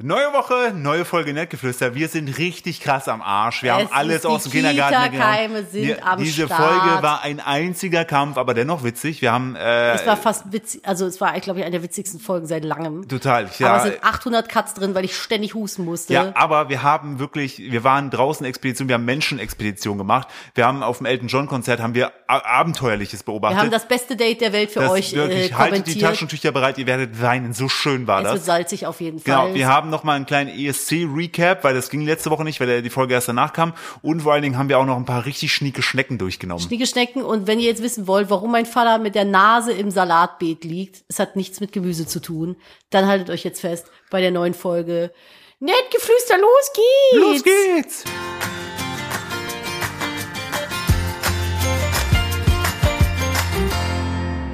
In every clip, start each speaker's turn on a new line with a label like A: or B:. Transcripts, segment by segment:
A: Neue Woche, neue Folge Nettgeflüster. Wir sind richtig krass am Arsch. Wir haben
B: Es
A: alles
B: ist
A: aus
B: die
A: dem Kindergarten
B: Kita-Keime
A: genommen.
B: sind
A: Wir-
B: am
A: Diese
B: Start.
A: Folge war ein einziger Kampf, aber dennoch witzig. Wir haben äh,
B: Es war fast witzig, also es war, glaube ich, eine der witzigsten Folgen seit langem.
A: total. Ja,
B: Aber es sind 800 Cuts drin, weil ich ständig husten musste.
A: Ja, aber wir haben wirklich, wir waren draußen Expedition, wir haben Menschenexpedition gemacht. Wir haben auf dem Elton John Konzert haben wir A Abenteuerliches beobachtet.
B: Wir haben das beste Date der Welt für
A: Das
B: euch äh,
A: wirklich, haltet die
B: kommentiert.
A: Taschentücher bereit, ihr werdet weinen. So schön war
B: Es wird
A: das.
B: salzig auf jeden Fall.
A: Genau, wir haben nochmal einen kleinen ESC-Recap, weil das ging letzte Woche nicht, weil der- die Folge erst danach kam. Und vor allen Dingen haben wir auch noch ein paar richtig schnieke Schnecken durchgenommen.
B: Schnecken und wenn ihr jetzt wissen wollt, warum mein Vater mit der Nase im Salatbeet liegt, es hat nichts mit Gemüse zu tun, dann haltet euch jetzt fest bei der neuen Folge. Nett geflüster, los geht's!
A: Los geht's!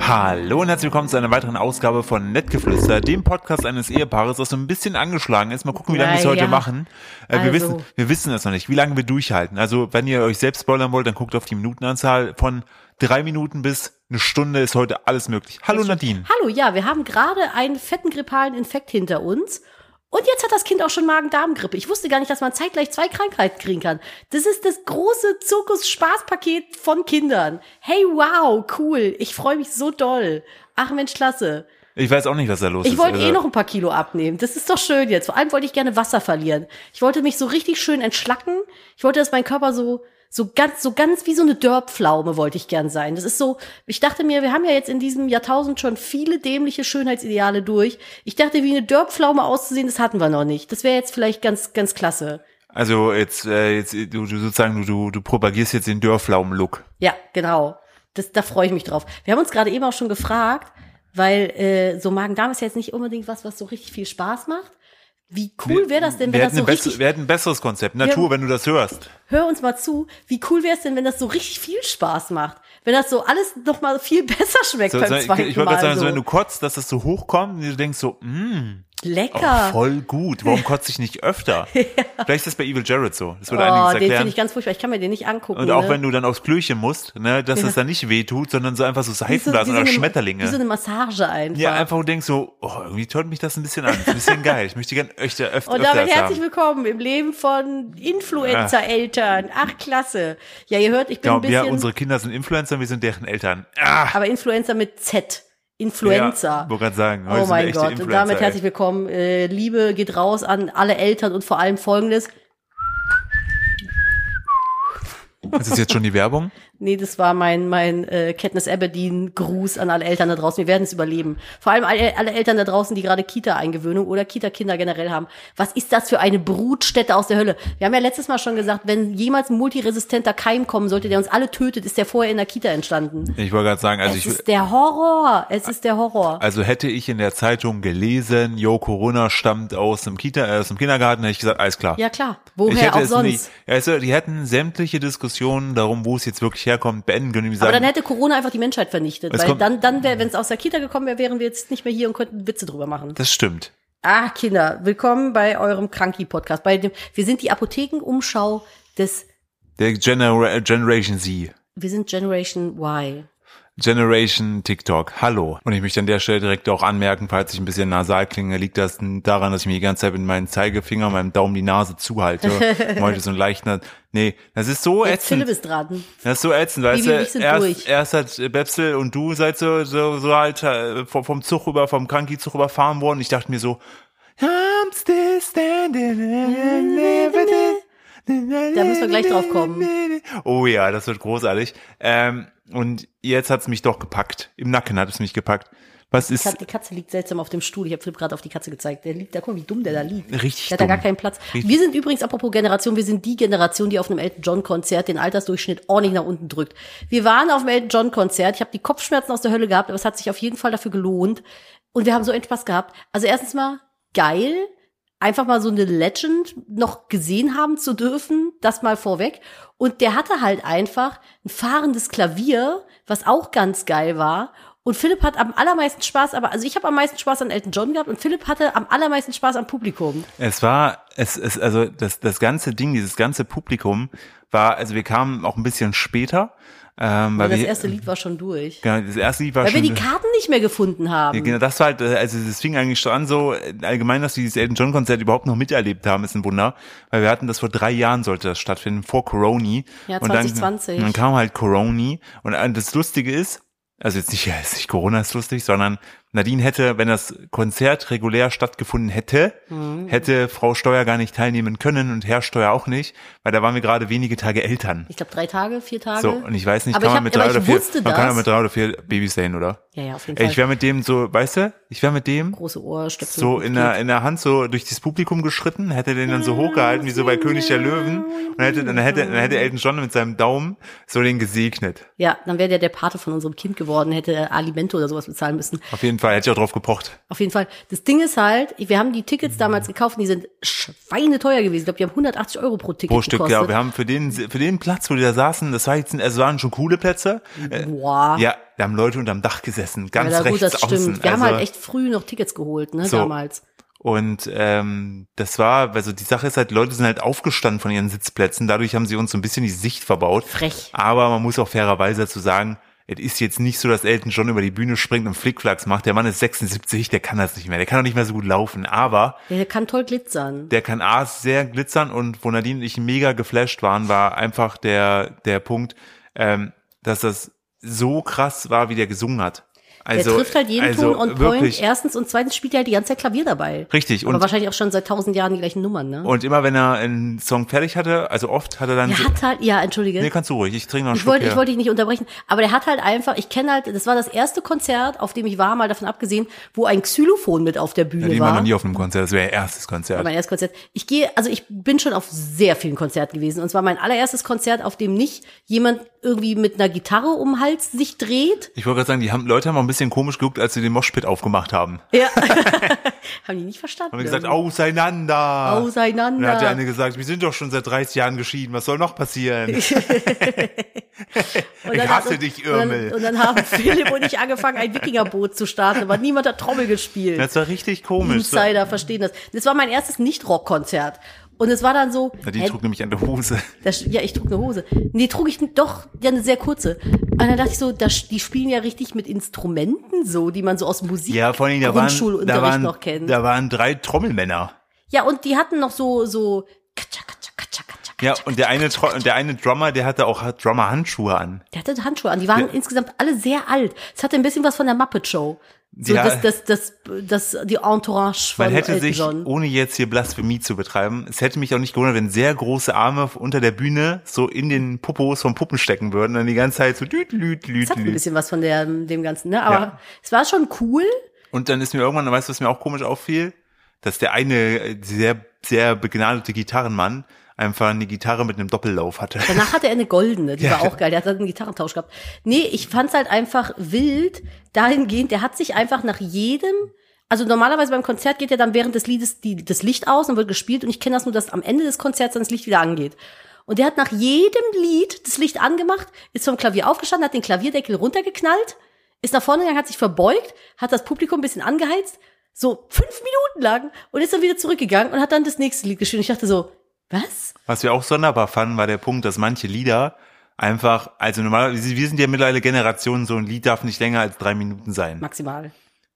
A: Hallo und herzlich willkommen zu einer weiteren Ausgabe von Nettgeflüster, dem Podcast eines Ehepaares, das so ein bisschen angeschlagen ist. Mal gucken, wie lange wir es
B: Na
A: heute
B: ja.
A: machen. Äh, wir,
B: Also.
A: wissen, wir wissen das noch nicht, wie lange wir durchhalten. Also wenn ihr euch selbst spoilern wollt, dann guckt auf die Minutenanzahl. Von drei Minuten bis eine Stunde ist heute alles möglich. Hallo Nadine.
B: Hallo, ja, wir haben gerade einen fetten grippalen Infekt hinter uns. Und jetzt hat das Kind auch schon Magen-Darm-Grippe. Ich wusste gar nicht, dass man zeitgleich zwei Krankheiten kriegen kann. Das ist das große Zirkus-Spaßpaket von Kindern. Hey, wow, cool. Ich freue mich so doll. Ach Mensch, klasse.
A: Ich weiß auch nicht, was da los ist.
B: Ich wollte
A: Also-
B: eh noch ein paar Kilo abnehmen. Das ist doch schön jetzt. Vor allem wollte ich gerne Wasser verlieren. Ich wollte mich so richtig schön entschlacken. Ich wollte, dass mein Körper so so ganz so ganz wie so eine Dörpflaume wollte ich gern sein. Das ist so, ich dachte mir, wir haben ja jetzt in diesem Jahrtausend schon viele dämliche Schönheitsideale durch. Ich dachte, wie eine Dörpflaume auszusehen, das hatten wir noch nicht. Das wäre jetzt vielleicht ganz ganz klasse.
A: Also jetzt, äh, jetzt äh, du, du sozusagen, du, du, du propagierst jetzt den Dörflaumen-Look.
B: Ja, genau. Das, da freue ich mich drauf. Wir haben uns gerade eben auch schon gefragt, weil äh, so Magen-Darm ist ja jetzt nicht unbedingt was, was so richtig viel Spaß macht. Wie cool wäre das denn, wenn
A: wir,
B: das
A: hätten
B: so
A: ein besser,
B: richtig
A: wir hätten ein besseres Konzept. Natur, wenn du das hörst.
B: hör uns mal zu, wie cool wäre es denn, wenn das so richtig viel Spaß macht? Wenn das so alles noch mal viel besser schmeckt
A: So,
B: beim
A: so, ich ich
B: zweiten
A: wollte gerade
B: Mal.
A: sagen, so.
B: so.
A: wenn du kotzt, dass das so hochkommt und du denkst so, mh, oh,
B: Lecker.
A: voll gut. Warum kotze ich nicht öfter? Vielleicht ist das bei Evil Jared so. Das würde
B: Oh,
A: einiges
B: den finde
A: erklären.
B: ich ganz furchtbar. Ich kann mir den nicht angucken.
A: Und auch
B: ne?
A: wenn du dann aufs Klöchen musst, ne, dass das dann nicht wehtut, sondern so einfach so
B: Wie so-
A: Seifenblasen
B: wie so
A: oder
B: eine-
A: Schmetterlinge.
B: Wie so eine Massage einfach.
A: ja, einfach und denkst so, oh, irgendwie tört mich das ein bisschen an. Ist ein bisschen geil. Ich möchte gern öfter, öfter,
B: Und
A: öfter
B: damit
A: das
B: Oh, herzlich
A: haben.
B: willkommen im Leben von Influencer-Eltern. Ach, klasse. Ja, ihr hört, ich bin
A: Genau,
B: ein bisschen,
A: wir, unsere Kinder sind Influencer, wir sind deren Eltern. Ah!
B: aber Influencer mit Z. Influencer.
A: Ja, wollte gerade sagen. heute
B: Oh
A: sind wir
B: mein
A: echte
B: Gott, und
A: Influencer,
B: damit
A: ey.
B: herzlich willkommen. Äh, Liebe geht raus an alle Eltern und vor allem folgendes.
A: Ist das jetzt schon die Werbung?
B: Nee, das war mein, mein äh, Katniss Aberdeen-Gruß an alle Eltern da draußen. Wir werden es überleben. Vor allem alle, alle Eltern da draußen, die gerade Kita-Eingewöhnung oder Kita-Kinder generell haben. Was ist das für eine Brutstätte aus der Hölle? Wir haben ja letztes Mal schon gesagt, wenn jemals ein multiresistenter Keim kommen sollte, der uns alle tötet, ist der vorher in der Kita entstanden.
A: Ich wollte gerade sagen, also ich,
B: es ist der Horror. Es ist der Horror.
A: also hätte ich in der Zeitung gelesen, Jo Corona stammt aus dem Kita, äh, aus dem Kindergarten, hätte ich gesagt, alles klar.
B: Ja klar,
A: ich
B: woher
A: hätte
B: auch
A: es nie.
B: sonst?
A: Also, die hätten sämtliche Diskussionen darum, wo es jetzt wirklich herkommt, beenden können. Die
B: Aber
A: sagen,
B: dann hätte Corona einfach die Menschheit vernichtet.
A: Es
B: Weil
A: kommt-
B: dann, dann wäre, wenn es aus der Kita gekommen wäre, wären wir jetzt nicht mehr hier und könnten Witze drüber machen.
A: das stimmt.
B: Ah, Kinder, willkommen bei eurem Kranki-Podcast. Bei dem, wir sind die Apothekenumschau des,
A: Der Genera Generation Z.
B: wir sind Generation Y.
A: Generation TikTok. Hallo. Und ich möchte an der Stelle direkt auch anmerken, falls ich ein bisschen nasal klinge, liegt das daran, dass ich mir die ganze Zeit mit meinem Zeigefinger und meinem Daumen die Nase zuhalte. Und heute so ein leichter. Nee, das ist so
B: Jetzt
A: ätzend.
B: Philipp ist dran.
A: Das ist so ätzend, weißt
B: Bibi und ich
A: du,
B: sind
A: erst,
B: durch.
A: erst hat äh, Bepsel und du seid so, so, so halt äh, vom, vom Zug über, vom Kranki-Zug überfahren worden. Ich dachte mir so, I'm still standing. Da
B: müssen wir gleich drauf kommen.
A: Oh ja, das wird großartig. Ähm, und jetzt hat's mich doch gepackt. Im Nacken hat es mich gepackt. Was ist
B: Kat- Die Katze liegt seltsam auf dem Stuhl. Ich habe Philipp gerade auf die Katze gezeigt. Der liegt da, guck mal, wie dumm der da liegt.
A: Richtig
B: Der hat da
A: dumm.
B: gar keinen Platz.
A: Richtig.
B: Wir sind übrigens, apropos Generation, wir sind die Generation, die auf einem Elton John Konzert den Altersdurchschnitt ordentlich nach unten drückt. Wir waren auf dem Elton John Konzert. Ich habe die Kopfschmerzen aus der Hölle gehabt, aber es hat sich auf jeden Fall dafür gelohnt. Und wir haben so einen Spaß gehabt. Also erstens mal geil, einfach mal so eine Legend noch gesehen haben zu dürfen, das mal vorweg. Und der hatte halt einfach ein fahrendes Klavier, was auch ganz geil war. Und Philipp hat am allermeisten Spaß, aber also ich habe am meisten Spaß an Elton John gehabt und Philipp hatte am allermeisten Spaß am Publikum.
A: Es war, es ist, also das, das ganze Ding, dieses ganze Publikum war, also wir kamen auch ein bisschen später, Ähm, weil
B: das
A: wir,
B: erste Lied war schon durch.
A: genau, das erste Lied war
B: Weil
A: schon
B: wir die Karten nicht mehr gefunden
A: Ja,
B: haben.
A: genau, das war halt, äh, also es fing eigentlich schon an, so äh, allgemein, dass wir dieses Elton John Konzert überhaupt noch miterlebt haben, ist ein Wunder, weil wir hatten das vor drei Jahren sollte das stattfinden, vor Coroni.
B: Ja,
A: Und dann-
B: 2020.
A: Und dann kam halt Coroni und äh, das Lustige ist, also jetzt nicht, ja, ist nicht Corona ist lustig, sondern Nadine hätte, wenn das Konzert regulär stattgefunden hätte,
B: Mhm.
A: hätte Frau Steuer gar nicht teilnehmen können und Herr Steuer auch nicht, weil da waren wir gerade wenige Tage Eltern.
B: Ich glaube drei Tage, vier Tage.
A: So, und ich weiß nicht,
B: aber
A: kann
B: ich
A: man
B: hab,
A: mit
B: aber
A: drei
B: ich
A: oder vier,
B: wusste
A: man
B: das.
A: kann ja mit drei oder vier Babys sehen, oder?
B: ja, ja, auf jeden
A: Ey,
B: Fall.
A: ich wäre mit dem so, weißt du, ich wäre mit dem
B: Große Ohrstöpsel.
A: so in der, in der Hand so durch das Publikum geschritten, hätte den dann so hochgehalten, wie so bei König der Löwen. Und hätte, dann hätte, dann hätte Elton John mit seinem Daumen so den gesegnet.
B: Ja, dann wäre der der Pate von unserem Kind geworden, hätte Alimento oder sowas bezahlen müssen.
A: Auf jeden Fall, hätte ich auch drauf gepocht.
B: Auf jeden Fall. Das Ding ist halt, wir haben die Tickets damals gekauft und die sind schweineteuer gewesen. Ich glaube, die haben 180 Euro pro Ticket
A: Pro Stück,
B: gekostet.
A: ja. Wir haben für den, für den Platz, wo wir da saßen, das war jetzt, es waren schon coole Plätze.
B: Boah.
A: Ja, da haben Leute unterm Dach gesessen, ganz
B: ja,
A: rechts
B: gut, das stimmt.
A: außen.
B: Wir haben
A: Also-
B: halt echt früh noch Tickets geholt, ne,
A: So.
B: damals.
A: Und ähm, das war, also die Sache ist halt, Leute sind halt aufgestanden von ihren Sitzplätzen, dadurch haben sie uns so ein bisschen die Sicht verbaut.
B: Frech.
A: Aber man muss auch fairerweise dazu sagen, es ist jetzt nicht so, dass Elton John über die Bühne springt und Flickflacks macht. Der Mann ist 76, der kann das nicht mehr, der kann auch nicht mehr so gut laufen, aber
B: Der kann toll glitzern.
A: der kann A sehr glitzern und wo Nadine und ich mega geflasht waren, war einfach der, der Punkt, ähm, dass das so krass war, wie der gesungen hat. Also,
B: der trifft halt jeden
A: also
B: Ton on
A: wirklich,
B: point, erstens. Und zweitens spielt er halt die ganze Zeit Klavier dabei.
A: Richtig,
B: Aber
A: und
B: wahrscheinlich auch schon seit tausend Jahren die gleichen Nummern, ne?
A: Und immer wenn er einen Song fertig hatte, also oft hat er dann.
B: Er
A: so,
B: hat halt, ja, entschuldige.
A: nee, kannst du ruhig, ich trinke noch einen
B: Ich
A: Schluck
B: wollte,
A: hier.
B: ich wollte dich nicht unterbrechen, aber der hat halt einfach, ich kenne halt, das war das erste Konzert, auf dem ich war, mal davon abgesehen, wo ein Xylophon mit auf der Bühne
A: Die war
B: war.
A: noch nie auf einem Konzert, das wäre ihr erstes Konzert.
B: mein erstes Konzert. Ich gehe, also ich bin schon auf sehr vielen Konzerten gewesen. Und zwar mein allererstes Konzert, auf dem nicht jemand irgendwie mit einer Gitarre um den Hals sich dreht.
A: Ich wollte gerade sagen, die haben, Leute haben auch ein bisschen komisch geguckt, als sie den Moshpit aufgemacht haben.
B: Ja. Haben die nicht verstanden.
A: Haben die gesagt, auseinander. Und dann
B: Auseinander.
A: hat der eine gesagt, wir sind doch schon seit 30 Jahren geschieden, was soll noch passieren?
B: Und
A: ich
B: dann
A: hasse
B: hat-
A: dich,
B: Und
A: Irmel.
B: dann, und dann haben Philipp und ich angefangen, ein Wikingerboot zu starten, aber niemand hat Trommel gespielt.
A: Das war richtig komisch. So.
B: Insider verstehen das. Das war mein erstes Nicht-Rock-Konzert. Und es war dann so,
A: Die
B: hä,
A: trug nämlich an der Hose.
B: das, ja, ich trug eine Hose. Nee, trug ich doch, ja, eine sehr kurze. Und dann dachte ich so, das, die spielen ja richtig mit Instrumenten so, die man so aus Musik
A: Ja, vor allem, da waren, da
B: Grundschulunterricht
A: waren,
B: noch kennt.
A: da waren drei Trommelmänner.
B: ja, und die hatten noch so, so, katscha, katscha, katscha, katscha,
A: Ja,
B: katscha.
A: und der eine, Tro- und der eine Drummer, der hatte auch Drummer-Handschuhe an.
B: Der hatte Handschuhe an. Die waren insgesamt alle sehr alt. Es hatte ein bisschen was von der Muppet Show. So
A: Ja.
B: das, das, das, das, die Entourage von
A: Man hätte
B: Elton
A: sich,
B: John.
A: ohne jetzt hier Blasphemie zu betreiben, es hätte mich auch nicht gewundert, wenn sehr große Arme unter der Bühne so in den Popos von Puppen stecken würden und dann die ganze Zeit so lüt, lüt,
B: Es
A: lüt,
B: hat ein
A: lüt.
B: bisschen was von der, dem Ganzen, ne? Aber
A: Ja.
B: es war schon cool.
A: Und dann ist mir irgendwann, weißt du, was mir auch komisch auffiel? Dass der eine äh, sehr, sehr begnadete Gitarrenmann einfach eine Gitarre mit einem Doppellauf hatte.
B: Danach hatte er eine goldene, die war auch geil. Der hat einen Gitarrentausch gehabt. Nee, ich fand's halt einfach wild dahingehend, der hat sich einfach nach jedem, also normalerweise beim Konzert geht ja dann während des Liedes die, das Licht aus und wird gespielt und ich kenne das nur, dass am Ende des Konzerts dann das Licht wieder angeht. Und der hat nach jedem Lied das Licht angemacht, ist vom Klavier aufgestanden, hat den Klavierdeckel runtergeknallt, ist nach vorne gegangen, hat sich verbeugt, hat das Publikum ein bisschen angeheizt, so fünf Minuten lang und ist dann wieder zurückgegangen und hat dann das nächste Lied gespielt. Und ich dachte so, was?
A: Was wir auch sonderbar fanden, war der Punkt, dass manche Lieder einfach, also normalerweise, wir sind ja mittlerweile Generationen, so ein Lied darf nicht länger als drei Minuten sein.
B: Maximal.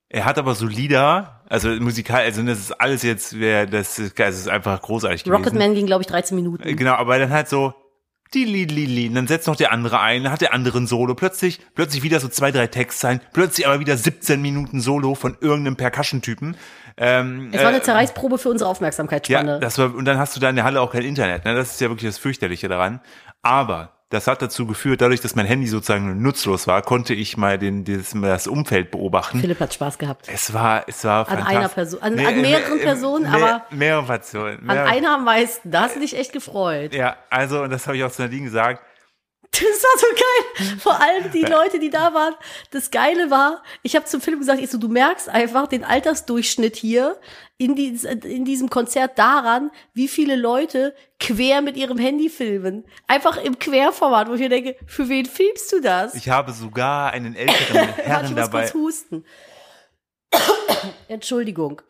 A: Er hat aber solider, also musikal, also das ist alles jetzt, wer- das ist, das ist einfach großartig gewesen.
B: Rocketman ging, glaube ich, 13 Minuten.
A: Äh, Genau, aber dann halt so, die li, li, li, und dann setzt noch der andere ein, dann hat der andere ein Solo, plötzlich, plötzlich wieder so zwei, drei Textzeilen, plötzlich aber wieder 17 Minuten Solo von irgendeinem Percussion-Typen. Ähm,
B: Es war eine
A: äh,
B: Zerreißprobe für unsere
A: ja,
B: Aufmerksamkeitsspanne.
A: das war, und dann hast du da in der Halle auch kein Internet, ne? Das ist ja wirklich das Fürchterliche daran. Aber das hat dazu geführt, dadurch, dass mein Handy sozusagen nutzlos war, konnte ich mal den, dieses, das Umfeld beobachten.
B: Philipp hat Spaß gehabt.
A: Es war, es war
B: An einer
A: fantastisch.
B: Person- an- an mehreren
A: im-
B: Personen,
A: mehr-
B: aber-
A: mehrere Personen.
B: An
A: mehrere-
B: einer am meisten. Da hast du dich echt gefreut.
A: Ja, also und das habe ich auch zu Nadine gesagt.
B: Das war so geil. Vor allem die Leute, die da waren. Das Geile war, ich habe zu Philipp gesagt, ich so, du merkst einfach den Altersdurchschnitt hier in, dies, in diesem Konzert daran, wie viele Leute quer mit ihrem Handy filmen. Einfach im Querformat, wo ich mir denke, für wen filmst du das?
A: Ich habe sogar einen älteren
B: Warte, ich
A: Herrn
B: muss
A: dabei.
B: kurz husten. Entschuldigung.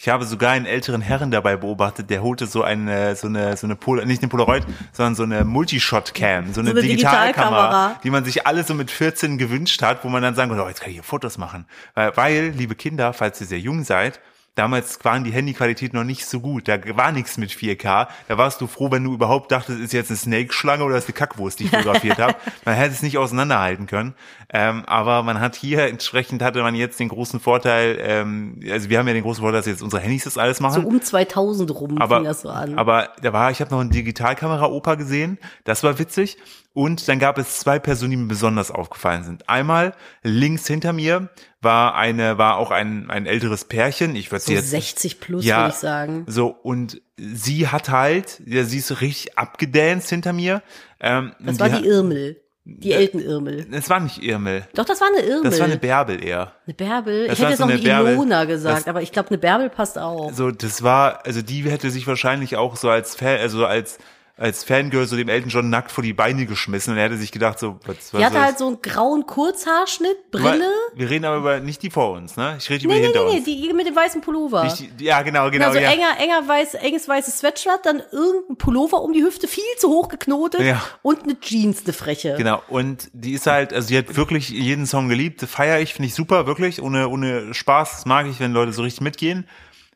A: Ich habe sogar einen älteren Herren dabei beobachtet, der holte so eine, so eine, so eine Pol nicht eine Polaroid, sondern so eine Multishot-Cam, so eine,
B: eine
A: Digitalkamera,
B: Digitalkamera.
A: die man sich alle so mit 14 gewünscht hat, wo man dann sagen konnte, oh, jetzt kann ich hier Fotos machen. Weil, weil, liebe Kinder, falls ihr sehr jung seid, damals waren die Handyqualität noch nicht so gut. Da war nichts mit 4K. Da warst du froh, wenn du überhaupt dachtest, ist jetzt eine Snake-Schlange oder ist eine Kackwurst, die ich fotografiert habe. Man hätte es nicht auseinanderhalten können. Ähm, aber man hat hier, entsprechend hatte man jetzt den großen Vorteil, ähm, also wir haben ja den großen Vorteil, dass jetzt unsere Handys das alles machen.
B: So um 2000 rum
A: Aber,
B: fing das so an.
A: aber da war, ich habe noch einen Digitalkamera-Opa gesehen, das war witzig. Und dann gab es zwei Personen, die mir besonders aufgefallen sind. Einmal links hinter mir war eine, war auch ein, ein älteres Pärchen. Ich würde
B: so
A: sie jetzt
B: 60 plus,
A: ja,
B: würde ich sagen.
A: so, und sie hat halt, ja, sie ist so richtig abgedanced hinter mir. Ähm,
B: Das war die
A: hat-
B: Irmel. Die Eltenirmel.
A: Es war nicht Irmel.
B: Doch, das war eine Irmel.
A: Das war eine Bärbel eher.
B: Eine Bärbel.
A: Das
B: Ich hätte
A: war
B: jetzt
A: so
B: noch eine
A: eine Bärbel.
B: Ilona gesagt,
A: Das-
B: aber ich glaube, eine Bärbel passt auch.
A: So, das war, also die hätte sich wahrscheinlich auch so als Fan, also als, als Fangirl so dem Elton John nackt vor die Beine geschmissen und er hätte sich gedacht, so, was, was
B: Die hatte
A: was-
B: halt so einen grauen Kurzhaarschnitt, Brille.
A: Wir reden aber über, nicht die vor uns, ne? Ich rede über die
B: Nee, nee,
A: hinter
B: nee, nee,
A: uns.
B: die Also mit dem weißen Pullover.
A: Nicht die- ja, genau, genau,
B: Na, so
A: ja.
B: enger, enger weiß, enges weißes Sweatshirt, dann irgendein Pullover um die Hüfte, viel zu hoch geknotet
A: Ja.
B: und eine Jeans, eine Freche.
A: Genau, und die ist halt, also die hat wirklich jeden Song geliebt, feiere ich, finde ich super, wirklich, ohne, ohne Spaß, das mag ich, wenn Leute so richtig mitgehen.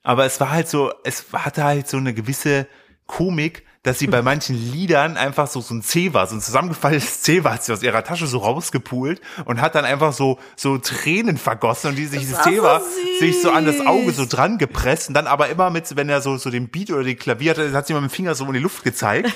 A: Aber es war halt so, es hatte halt so eine gewisse Komik, dass sie
B: Mhm.
A: bei manchen Liedern einfach so, so ein C war, so ein zusammengefallenes C war, hat sie aus ihrer Tasche so rausgepult und hat dann einfach so, so Tränen vergossen und die sich dieses
B: war
A: C
B: so
A: war, sich so an das Auge
B: süß.
A: so dran gepresst und dann aber immer mit, wenn er so, so den Beat oder den Klavier hatte, hat sie immer mit dem Finger so in die Luft gezeigt.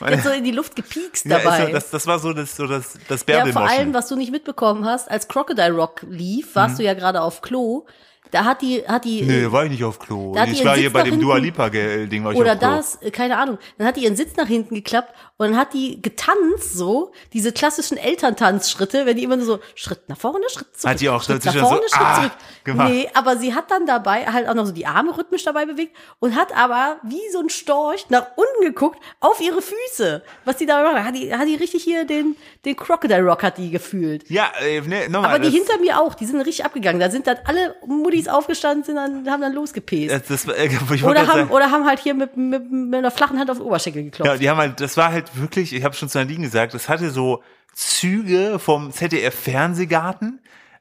B: Der hat so in die Luft gepiekst
A: Ja,
B: dabei.
A: ist so, das, das war so das, so das, das
B: Ja, vor allem,
A: Bärbelmoschen.
B: was du nicht mitbekommen hast, als Crocodile Rock lief, warst du ja gerade auf Klo. Da hat die, hat die,
A: Nö, Mhm. war ich nicht auf Klo.
B: Da hat die
A: ich
B: ihren
A: war
B: Sitz
A: hier bei
B: nach
A: dem
B: hinten-
A: Dua Lipa-Ding, war ich
B: oder
A: auf Klo.
B: das, äh, keine Ahnung. Dann hat die ihren Sitz nach hinten geklappt und dann hat die getanzt, so, diese klassischen Elterntanzschritte, wenn die immer nur so Schritt nach vorne, Schritt zurück.
A: Hat die auch
B: Schritt nach
A: dazwischen
B: vorne,
A: so,
B: Schritt
A: ah,
B: zurück.
A: gemacht.
B: Nee, aber sie hat dann dabei halt auch noch so die Arme rhythmisch dabei bewegt und hat aber wie so ein Storch nach unten geguckt auf ihre Füße. Was die dabei macht, hat die, hat die richtig hier den, den Crocodile Rock hat die gefühlt.
A: Ja, äh, nee, nochmal.
B: Aber die
A: das,
B: hinter mir auch, die sind richtig abgegangen. Da sind dann alle Muttis aufgestanden, sind dann, haben dann losgepest.
A: das, das, war- äh, ich wollte
B: Oder
A: gerade
B: haben,
A: sagen,
B: oder haben halt hier mit, mit, mit einer flachen Hand auf den Oberschenkel geklopft.
A: ja, die haben halt, das war halt wirklich, ich habe schon zu Nadine gesagt, das hatte so Züge vom ZDF-Fernsehgarten.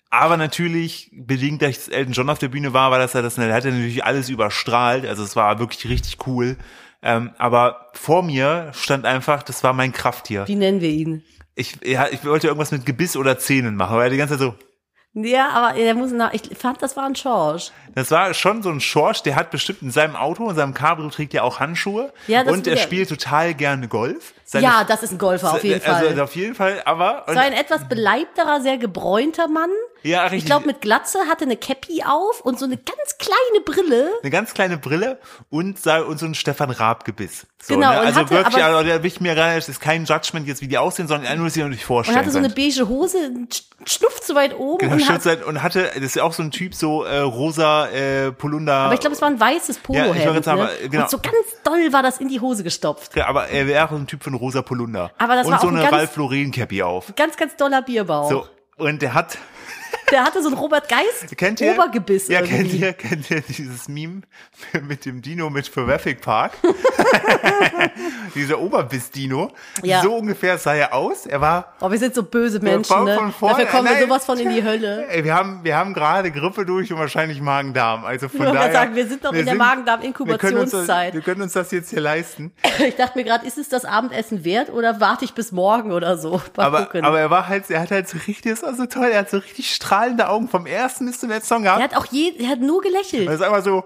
A: Aber natürlich, bedingt, dass Elton John auf der Bühne war, war das ja das, der hat ja natürlich alles überstrahlt. Also es war wirklich richtig cool. Ähm, aber vor mir stand einfach, das war mein Krafttier.
B: Wie nennen wir ihn?
A: Ich, ja, ich wollte irgendwas mit Gebiss oder Zähnen machen, weil die ganze Zeit so,
B: Ja, aber der muss nach, ich fand, das war ein Schorsch.
A: Das war schon so ein Schorsch, der hat bestimmt in seinem Auto, in seinem Cabrio trägt er auch Handschuhe.
B: Ja, das
A: und er
B: wieder-
A: spielt total gerne Golf. Seine-
B: Ja, das ist ein Golfer auf jeden
A: also,
B: Fall.
A: Also auf jeden Fall, aber
B: so ein etwas beleibterer, sehr gebräunter Mann.
A: Ja, richtig.
B: Ich glaube, mit Glatze hatte eine Cappy auf und so eine ganz kleine Brille.
A: eine ganz kleine Brille und, sah- und so ein Stefan Raab Gebiss. So,
B: Genau,
A: ne?
B: und
A: Also
B: hatte
A: wirklich,
B: aber-
A: also, da will ich mir gar nicht, das ist kein Judgment jetzt, wie die aussehen, sondern einfach nur, dass ich mir nicht
B: Und
A: vorstellen
B: hatte so eine
A: könnt.
B: beige Hose, einen Sch- Schnupf zu weit oben.
A: Genau,
B: und
A: Schürze
B: hat,
A: halt- und hatte, das ist ja auch so ein Typ, so äh, rosa äh, Polunder.
B: aber ich glaube, es war ein weißes Polohemd.
A: wollte gerade sagen,
B: ne?
A: aber, genau.
B: Und so ganz doll war das in die Hose gestopft.
A: aber er wäre auch so ein Typ von rosa Polunder.
B: Aber das
A: und
B: war
A: so
B: auch ein
A: eine
B: ganz-
A: Ralf Lauren Cappy auf.
B: Ganz, ganz doller Bierbauch.
A: So, und der hat
B: Der hatte so ein Robert Geist
A: Kennt ihr?
B: Obergebiss
A: Ja,
B: irgendwie.
A: kennt ihr, kennt ihr dieses Meme mit dem Dino mit Jurassic Park? Dieser Oberbiss-Dino.
B: Ja.
A: So ungefähr sah er aus. Er war,
B: Oh, wir sind so böse Menschen,
A: war
B: ne?
A: von vorne-
B: Dafür kommen wir
A: Nein.
B: sowas von in die Hölle.
A: ey, wir haben, wir haben gerade Grippe durch und wahrscheinlich Magen-Darm. Also von
B: Ich wollte
A: daher.
B: gerade sagen, wir sind noch in
A: wir können
B: der
A: uns das-
B: Magen-Darm-Inkubationszeit.
A: Wir können uns das jetzt hier leisten.
B: Ich dachte mir gerade, ist es das Abendessen wert oder warte ich bis morgen oder so? Mal
A: Aber,
B: gucken.
A: aber er war halt, er hat halt so richtig, das war so toll, er hat so richtig strahlende Augen vom ersten bis zum letzten Song gehabt.
B: er hat auch je, er hat nur gelächelt.
A: Das ist einfach so,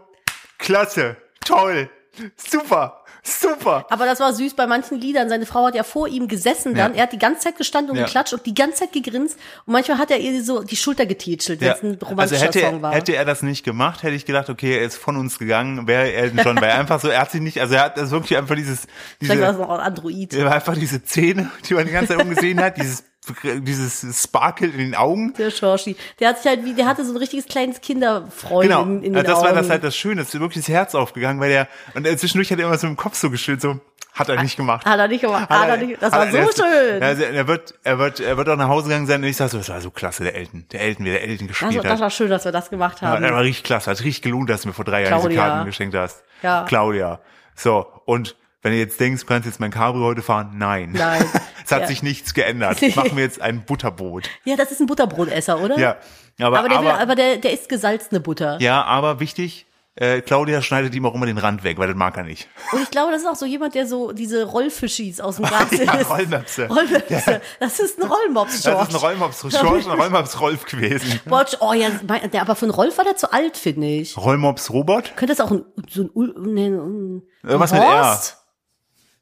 A: klasse, toll, super, super.
B: aber das war süß bei manchen Liedern. Seine Frau hat ja vor ihm gesessen dann.
A: Ja.
B: Er hat die ganze Zeit gestanden und
A: Ja.
B: geklatscht und die ganze Zeit gegrinst. Und manchmal hat er ihr so die Schulter getätschelt, wenn es ein romantischer
A: also hätte,
B: Song war.
A: hätte er das nicht gemacht, hätte ich gedacht, okay, er ist von uns gegangen, wäre Elton John, weil er einfach so, er hat sich nicht, also er hat das wirklich einfach dieses,
B: Vielleicht war das
A: diese,
B: noch ein Android.
A: er war einfach diese Szene, die man die ganze Zeit umgesehen hat, dieses dieses Sparkle in den Augen.
B: Der Schorschi. Der hat sich halt wie, der hatte so ein richtiges kleines Kinderfreund
A: Genau.
B: in, in den
A: also das
B: Augen.
A: war das halt das Schöne. Es ist wirklich das Herz aufgegangen, weil der, und er zwischendurch hat er immer so im Kopf so geschüttelt, so, hat
B: Ah,
A: er nicht gemacht.
B: Hat er nicht gemacht. Hat er nicht, ah, das
A: hat
B: war
A: er-
B: so
A: der ist-
B: schön.
A: Also er wird, er wird, er wird auch nach Hause gegangen sein und ich sag so, das war so klasse, der Elton. Der Elton, wie der Elton
B: das, war-
A: gespielt
B: das
A: hat.
B: war schön, dass wir das gemacht
A: Ja,
B: haben.
A: der war richtig klasse, hat richtig gelohnt, dass du mir vor drei Jahren diese
B: Claudia.
A: Karten geschenkt hast.
B: Ja.
A: Claudia. So, und wenn du jetzt denkst, du kannst jetzt mein Cabrio heute fahren, nein.
B: Nein.
A: es hat
B: Ja.
A: sich nichts geändert. Machen wir jetzt ein Butterbrot.
B: ja, das ist ein Butterbrotesser, oder?
A: Ja. Aber,
B: Aber, der, will,
A: aber,
B: aber der, der isst gesalzene Butter.
A: ja, aber wichtig, äh, Claudia schneidet ihm auch immer den Rand weg, weil das mag er nicht.
B: Und ich glaube, das ist auch so jemand, der so diese Rollfischis aus dem Gas
A: Ja,
B: isst.
A: Rollmöpse.
B: Rollmöpse. Das ist ein Rollmops,
A: Das
B: George.
A: ist ein Rollmops, George, ein Rollmops Rolf gewesen.
B: George, oh ja, mein- der, aber von Rolf war der zu alt, finde ich.
A: Rollmops Robert?
B: Könnte das auch ein, so ein, Ul- nee, ein, ein
A: Irgendwas mit R.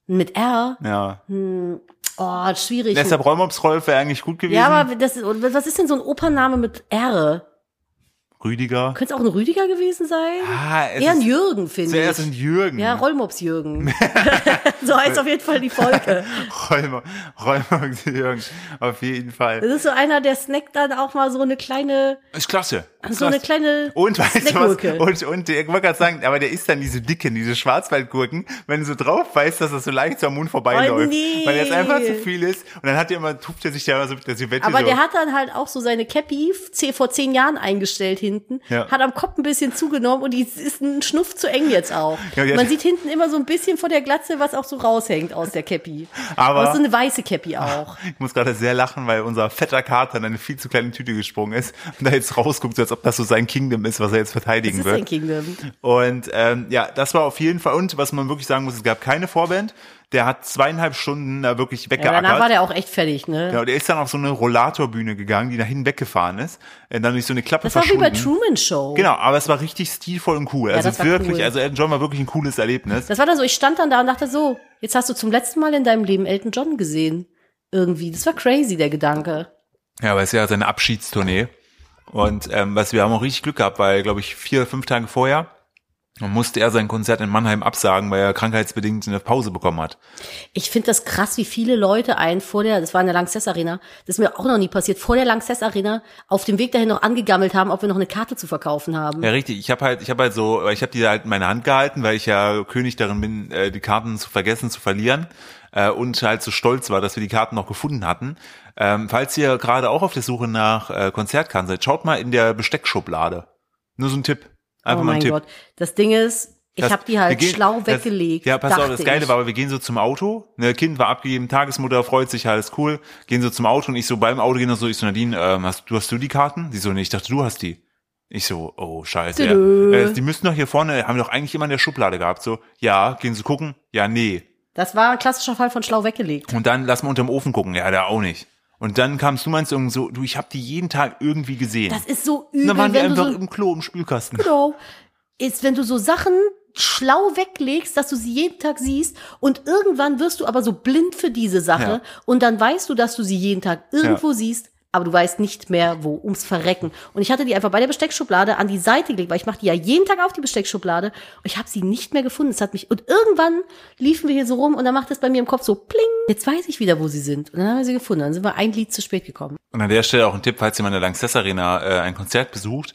B: Mit R?
A: Ja.
B: Oh, schwierig.
A: Deshalb Rollmops Rolf wäre eigentlich gut gewesen.
B: ja, aber das, ist- was ist denn so ein Opernname mit R?
A: Rüdiger.
B: Könnte es auch ein Rüdiger gewesen sein?
A: Ah, es
B: Eher ein
A: ist
B: Jürgen, finde
A: zuerst ein
B: ich.
A: Jürgen.
B: Ja, Rollmops Jürgen. so heißt auf jeden Fall die Folge.
A: Räumer, Räumer, Jürgen, auf jeden Fall.
B: Das ist so einer, der snackt dann auch mal so eine kleine,
A: Ist klasse.
B: so eine kleine
A: und weißt du
B: Snackgurke.
A: was? Und, und der- ich wollte gerade sagen, aber der isst dann diese dicken, diese Schwarzwaldgurken, wenn du so drauf weißt, dass das so leicht so am Mund vorbeiläuft.
B: Oh, nee.
A: Weil jetzt einfach zu viel ist. Und dann hat er immer, tupft er sich da immer so mit der Silvette
B: Aber
A: so.
B: der hat dann halt auch so seine Cappy ze- vor zehn Jahren eingestellt hinten,
A: Ja.
B: hat am Kopf ein bisschen zugenommen und die ist ein Schnuff zu eng jetzt auch.
A: Ja, die hat-
B: Man sieht hinten immer so ein bisschen vor der Glatze, was auch so raushängt aus der Cappy.
A: Aber-
B: so eine weiße Cappy auch.
A: ich muss gerade sehr lachen, weil unser fetter Kater in eine viel zu kleine Tüte gesprungen ist und da jetzt rausguckt, so als ob das so sein Kingdom ist, was er jetzt
B: Das
A: verteidigen
B: ist
A: wird.
B: ein Kingdom.
A: Und ähm, ja, das war auf jeden Fall. Und was man wirklich sagen muss, es gab keine Vorband. Der hat zweieinhalb Stunden da wirklich
B: Ja,
A: weggeackert.
B: danach war der auch echt fertig, ne?
A: Ja, und er ist dann auf so eine Rollatorbühne gegangen, die dahin weggefahren ist. Und dann durch so eine Klappe
B: das war wie bei
A: verschwunden.
B: Truman Show.
A: Genau, aber es war richtig stilvoll und cool. also
B: das war
A: wirklich,
B: cool.
A: also Elton John war wirklich ein cooles Erlebnis.
B: Das war dann so, ich stand dann da und dachte so, jetzt hast du zum letzten Mal in deinem Leben Elton John gesehen. Irgendwie. Das war crazy, der Gedanke.
A: Ja, aber es ist ja seine Abschiedstournee. Und ähm, was wir haben auch richtig Glück gehabt, weil, glaube ich, vier, fünf Tage vorher musste er sein Konzert in Mannheim absagen, weil er krankheitsbedingt eine Pause bekommen hat.
B: Ich finde das krass, wie viele Leute einen vor der, das war in der Lanxess Arena, das ist mir auch noch nie passiert, vor der Lanxess Arena auf dem Weg dahin noch angegammelt haben, ob wir noch eine Karte zu verkaufen haben.
A: Ja, richtig. Ich habe halt, ich habe halt so, ich habe die halt in meiner Hand gehalten, weil ich ja König darin bin, äh, die Karten zu vergessen, zu verlieren äh, und halt so stolz war, dass wir die Karten noch gefunden hatten. Ähm, falls ihr gerade auch auf der Suche nach äh, Konzertkarten seid, schaut mal in der Besteckschublade. Nur so ein Tipp. Einfach
B: oh
A: mal ein
B: mein
A: Tipp.
B: Gott. Das Ding ist, ich
A: Das-
B: habe die
A: wir
B: halt
A: gehen-
B: schlau
A: das-
B: weggelegt.
A: Ja, pass auf, das
B: dachte
A: Geile
B: ich.
A: war, aber wir gehen so zum Auto, ne, Kind war abgegeben, Tagesmutter freut sich, alles cool, gehen so zum Auto und ich so beim Auto gehen noch so, ich so, Nadine, ähm, hast, du, hast du die Karten? Sie so, nee, ich dachte, du hast die. Ich so, oh, scheiße. Ja.
B: Tüdü.
A: Äh, die müssen doch hier vorne, haben wir doch eigentlich immer in der Schublade gehabt, so, ja, gehen sie gucken, ja, nee.
B: Das war ein klassischer Fall von schlau weggelegt.
A: Und dann lass mal unterm Ofen gucken, ja, da auch nicht. Und dann kamst du meinst irgend so, du, ich habe die jeden Tag irgendwie gesehen.
B: Das ist so
A: und
B: übel,
A: dann waren wir
B: wenn du
A: einfach
B: so
A: im Klo, im Spülkasten.
B: Genau. Ist, wenn du so Sachen schlau weglegst, dass du sie jeden Tag siehst und irgendwann wirst du aber so blind für diese Sache
A: Ja.
B: und dann weißt du, dass du sie jeden Tag irgendwo siehst, aber du weißt nicht mehr wo, ums Verrecken. Und ich hatte die einfach bei der Besteckschublade an die Seite gelegt, weil ich mache die ja jeden Tag auf die Besteckschublade und ich habe sie nicht mehr gefunden. Es hat mich und irgendwann liefen wir hier so rum und dann macht es bei mir im Kopf so pling. Jetzt weiß ich wieder, wo sie sind und dann haben wir sie gefunden. Dann sind wir ein Lied zu spät gekommen.
A: Und an der Stelle auch ein Tipp, falls ihr mal in der Lanxess Arena äh, ein Konzert besucht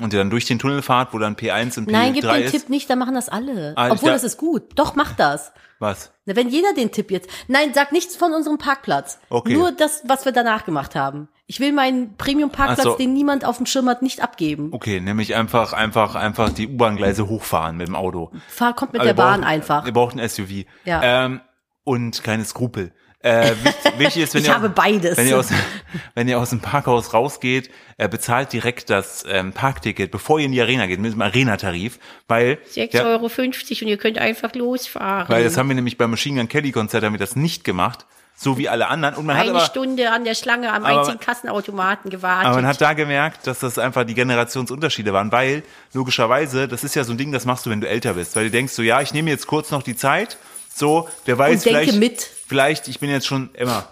A: und ihr dann durch den Tunnel fahrt, wo dann P1 und P3
B: Nein, gib den
A: ist.
B: Tipp nicht, da machen das alle.
A: Ah, ich
B: Obwohl
A: da-
B: das ist gut. Doch mach das.
A: Was?
B: Na, wenn jeder den Tipp jetzt. Nein, sag nichts von unserem Parkplatz.
A: Okay.
B: Nur das, was wir danach gemacht haben. Ich will meinen Premium-Parkplatz,
A: Ach so.
B: den niemand auf dem Schirm hat, nicht abgeben.
A: Okay, nämlich einfach, einfach, einfach die U-Bahn-Gleise hochfahren mit dem Auto.
B: Fahr, kommt mit
A: Also
B: der
A: ihr braucht-
B: Bahn einfach.
A: Ihr braucht ein SUV.
B: Ja.
A: Ähm, und keine Skrupel. Äh, wichtig, wichtig ist, wenn
B: Ich
A: ihr
B: habe beides.
A: Wenn ihr aus, wenn ihr aus dem Parkhaus rausgeht, äh, bezahlt direkt das ähm, Parkticket, bevor ihr in die Arena geht, mit dem Arena-Tarif, weil
C: 6,50
A: der-
C: Euro und ihr könnt einfach losfahren.
A: Weil das haben wir nämlich beim Machine Gun Kelly Konzert haben wir das nicht gemacht, so wie alle anderen. Und man hat
C: Eine
A: aber,
C: Stunde an der Schlange am
A: Aber-
C: einzigen Kassenautomaten gewartet.
A: aber man hat da gemerkt, dass das einfach die Generationsunterschiede waren, weil logischerweise, das ist ja so ein Ding, das machst du, wenn du älter bist, weil du denkst so, ja, ich nehme jetzt kurz noch die Zeit, so, der weiß
B: Und denke
A: vielleicht,
B: mit.
A: vielleicht, ich bin jetzt schon immer,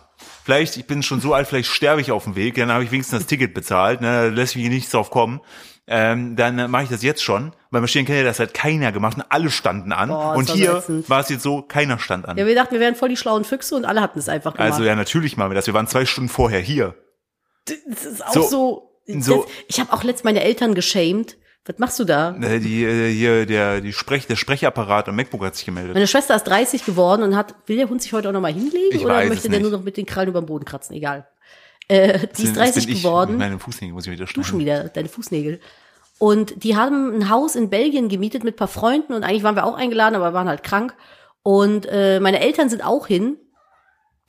A: vielleicht, ich bin schon so alt, vielleicht sterbe ich auf dem Weg, dann habe ich wenigstens das Ticket bezahlt, ne, da lässt mich nichts drauf kommen. ähm, dann äh, mache ich das jetzt schon. Beim Maschinen kennt ihr das hat keiner gemacht und alle standen an.
B: Boah, ist
A: und
B: das
A: hier
B: ätzend.
A: war es jetzt so, keiner stand an.
B: Ja, wir dachten, wir wären voll die schlauen Füchse und alle hatten es einfach gemacht.
A: also ja, natürlich machen wir das. Wir waren zwei Stunden vorher hier.
B: das ist auch
A: so-
B: so.
A: so-
B: das, ich habe auch letztens meine Eltern geschämt. Was machst du da?
A: Äh, Die, äh, hier, der, die Sprech, der Sprechapparat am MacBook hat sich gemeldet.
B: Meine Schwester ist 30 geworden und hat, will der Hund sich heute auch nochmal hinlegen
A: Ich
B: oder
A: weiß
B: möchte
A: es
B: der
A: nicht.
B: nur noch mit den Krallen über den Boden kratzen? Egal. Äh, die ist 30 geworden.
A: Nein, im Fußnägel muss ich wieder
B: du schon
A: schneiden.
B: wieder deine Fußnägel. Und die haben ein Haus in Belgien gemietet mit ein paar Freunden und eigentlich waren wir auch eingeladen, aber waren halt krank. Und äh, meine Eltern sind auch hin.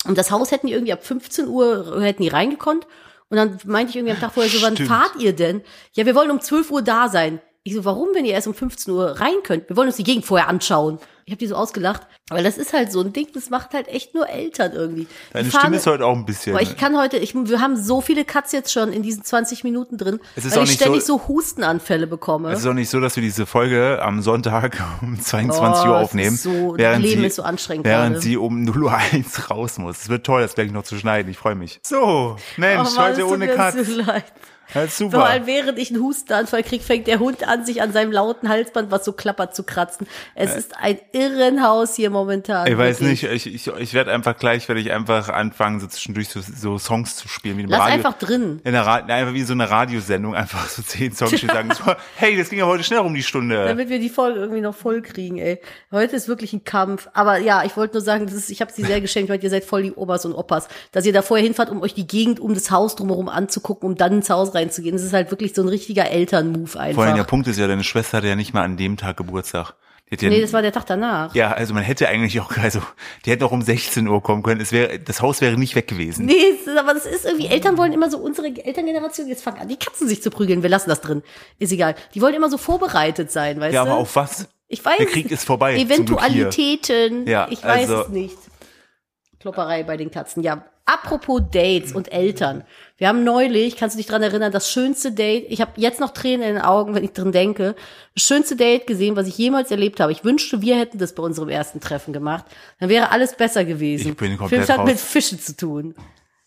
B: Und das Haus hätten die irgendwie ab 15 Uhr hätten die reingekonnt. Und dann meinte ich irgendwie am Tag vorher so, wann
A: Stimmt.
B: fahrt ihr denn? Ja, wir wollen um 12 Uhr da sein. Ich so, warum, wenn ihr erst um 15 Uhr rein könnt? Wir wollen uns die Gegend vorher anschauen. Ich habe die so ausgelacht. Aber das ist halt so ein Ding, das macht halt echt nur Eltern irgendwie. Die
A: Deine
B: fahren-
A: Stimme ist heute auch ein bisschen.
B: Boah, ich kann heute, ich, wir haben so viele Cuts jetzt schon in diesen 20 Minuten drin,
A: Es ist
B: weil
A: auch
B: ich
A: nicht
B: ständig
A: so-
B: so, Hustenanfälle bekomme.
A: Es ist auch nicht so, dass wir diese Folge am Sonntag um 22
B: Oh,
A: Uhr
B: es
A: aufnehmen.
B: ist so- Leben ist so anstrengend
A: Während
B: gerade.
A: sie um 0.01 Uhr raus muss. Es wird toll, das gleich noch zu schneiden. Ich freue mich. So, Mensch,
B: Oh Mann, es
A: heute
B: tut
A: ohne
B: mir
A: Katz.
B: so halt leid.
A: Ja,
B: Vor
A: super.
B: allem während ich einen Hustenanfall kriege, fängt der Hund an, sich an seinem lauten Halsband, was so klappert, zu kratzen. Es ist ein Irrenhaus hier momentan.
A: Äh. Ich weiß
B: wirklich.
A: nicht, ich, ich, ich werde einfach gleich, werde ich einfach anfangen, so zwischendurch so, so Songs zu spielen wie im
B: Lass
A: Radio.
B: einfach drin.
A: in der Ra nein, einfach wie so eine Radiosendung, einfach so zehn Songs die sagen, so, hey, das ging ja heute schnell rum die Stunde.
B: Damit wir die Folge irgendwie noch voll kriegen, ey. Heute ist wirklich ein Kampf. Aber ja, ich wollte nur sagen, das ist, ich habe sie sehr geschenkt, weil ihr seid voll die Opas und Opas. Dass ihr da vorher hinfahrt, um euch die Gegend um das Haus drumherum anzugucken, um dann ins Haus reinzugehen. Das ist halt wirklich so ein richtiger Eltern-Move
A: Vor allem der
B: einfach.
A: Punkt ist ja, deine Schwester hatte ja nicht mal an dem Tag Geburtstag. Die hat ja
B: Nee, das war der Tag danach.
A: Ja, also man hätte eigentlich auch, also die hätten auch um 16 Uhr kommen können. Es wäre, das Haus wäre nicht weg gewesen.
B: Nee, es ist, aber das ist irgendwie, Eltern wollen immer so, unsere Elterngeneration, jetzt fangen an, die Katzen sich zu prügeln, wir lassen das drin. Ist egal. Die wollen immer so vorbereitet sein, weißt
A: ja,
B: du?
A: aber auf was?
B: ich weiß
A: Der Krieg ist vorbei. zum Glück hier.
B: Eventualitäten.
A: Ja,
B: ich weiß
A: also-
B: es nicht. Klopperei bei den Katzen. Ja, apropos Dates und Eltern. Wir haben neulich, kannst du dich dran erinnern, das schönste Date, ich habe jetzt noch Tränen in den Augen, wenn ich drin denke, das schönste Date gesehen, was ich jemals erlebt habe. Ich wünschte, wir hätten das bei unserem ersten Treffen gemacht. Dann wäre alles besser gewesen.
A: Ich bin komplett
B: Film hat
A: raus.
B: mit Fischen zu tun.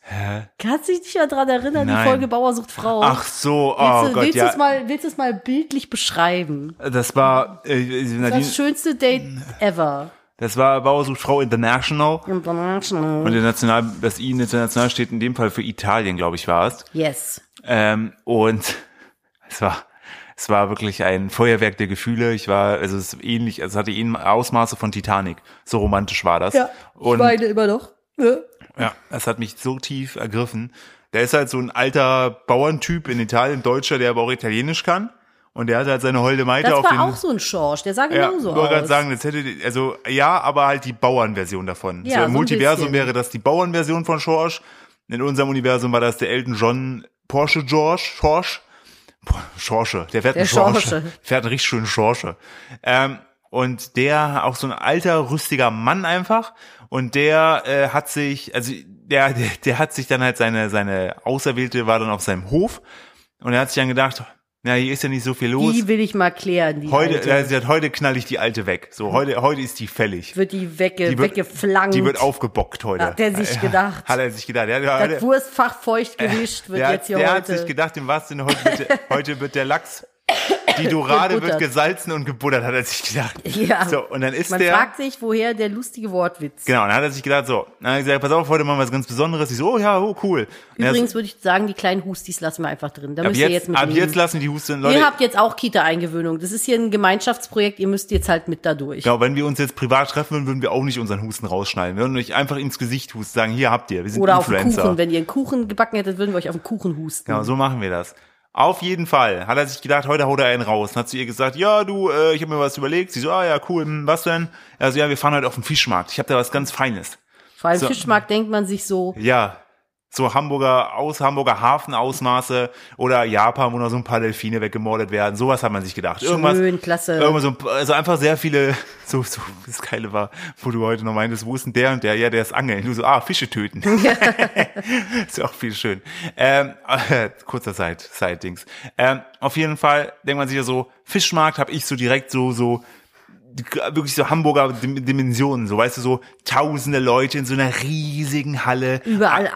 B: Hä? Kannst du dich nicht mehr dran erinnern,
A: Nein.
B: die Folge Bauer sucht Frau?
A: Ach so, oh
B: willst du,
A: Gott,
B: willst du
A: ja.
B: es mal, willst du es mal bildlich beschreiben?
A: das war, äh, Nadine,
B: Das schönste Date ever.
A: das war Bauer sucht Frau International. Und
B: International.
A: der National, das I in international steht in dem Fall für Italien, glaube ich, war es.
B: Yes.
A: Ähm, und es war, es war wirklich ein Feuerwerk der Gefühle. Ich war, also es ist ähnlich, also es hatte ähn- Ausmaße von Titanic. So romantisch war das. und
B: immer noch. Ja.
A: Ja, das hat mich so tief ergriffen. Der ist halt so ein alter Bauerntyp in Italien, Deutscher, der aber auch Italienisch kann. Und der hat halt seine holde Maite
B: Das
A: auf den.
B: war auch so ein Schorsch, der sah
A: ja,
B: genauso
A: wollte gerade
B: aus.
A: sagen, das hätte, also ja, aber halt die Bauernversion davon.
B: Ja,
A: so im
B: so ein
A: Multiversum
B: bisschen.
A: wäre das die Bauernversion von Schorsch. In unserem Universum war das der Elton John Porsche George, Schorsch. Po- Schorsche, der fährt
B: Der
A: einen Schorsche.
B: Schorsche.
A: Fährt einen richtig schönen Schorsche. Ähm, und der, auch so ein alter, rüstiger Mann einfach. Und der äh, hat sich, also der, der, der hat sich dann halt seine, seine Auserwählte war dann auf seinem Hof. Und er hat sich dann gedacht, na, hier ist ja nicht so viel los.
B: Die will ich mal klären, die
A: Heute,
B: alte.
A: also sie hat, heute knall ich die alte weg. So, heute, heute ist die fällig.
B: wird die, wegge
A: Die wird,
B: weggeflankt.
A: die wird aufgebockt heute.
B: Hat er sich gedacht.
A: Hat er sich gedacht. Der, der,
B: das
A: der,
B: Wurstfach feucht gewischt wird
A: der,
B: jetzt
A: hat,
B: hier
A: der hat
B: heute.
A: sich gedacht, im wahrsten Sinne, heute wird, der- heute wird der Lachs, die Dorade wird
B: Gebuttert.
A: gesalzen und gebuttert, hat er sich gedacht.
B: Ja.
A: So, und dann ist
B: Man
A: der.
B: fragt sich, woher der lustige Wortwitz.
A: genau, dann hat er sich gedacht, so, dann hat er gesagt, pass auf, heute machen wir was ganz Besonderes. Ich so, oh ja, oh cool. Und er
B: Übrigens würde ich sagen, die kleinen Hustis lassen wir einfach drin. Da
A: so, ab
B: müsst ihr
A: jetzt,
B: jetzt mit
A: ab
B: leben.
A: jetzt lassen wir die Husten, Leute.
B: Ihr habt jetzt auch Kita-Eingewöhnung. Das ist hier ein Gemeinschaftsprojekt. Ihr müsst jetzt halt mit da durch.
A: Genau, wenn wir uns jetzt privat treffen würden, würden wir auch nicht unseren Husten rausschneiden. Wir würden euch einfach ins Gesicht husten, sagen, hier habt ihr, wir sind
B: Oder auf den
A: Influencer.
B: Kuchen. Wenn ihr einen Kuchen gebacken hättet, würden wir euch auf den Kuchen husten.
A: Genau, so machen wir das. Auf jeden Fall hat er sich gedacht, heute haut er einen raus. Und hat zu ihr gesagt, ja, du, äh, ich habe mir was überlegt. Sie so, ah ja, cool, hm, was denn? Also ja, wir fahren heute auf den Fischmarkt. Ich habe da was ganz Feines.
B: Vor allem
A: So.
B: Fischmarkt denkt man sich so,
A: Ja, so Hamburger aus Hamburger Hafenausmaße oder Japan, wo noch so ein paar Delfine weggemordet werden. Sowas hat man sich gedacht. Irgendwas,
B: schön, klasse.
A: Irgendwo so, ein- also einfach sehr viele, so, so, das Geile war, wo du heute noch meintest, wo ist denn der und der? Ja, der ist angeln. Du so, ah, Fische töten. ist ja auch viel schön. Ähm, äh, kurzer Side, Side-Dings. Ähm, auf jeden Fall denkt man sich ja so, Fischmarkt habe ich so direkt so, so, wirklich so Hamburger Dim- Dimensionen, so weißt du, so tausende Leute in so einer riesigen Halle.
B: Überall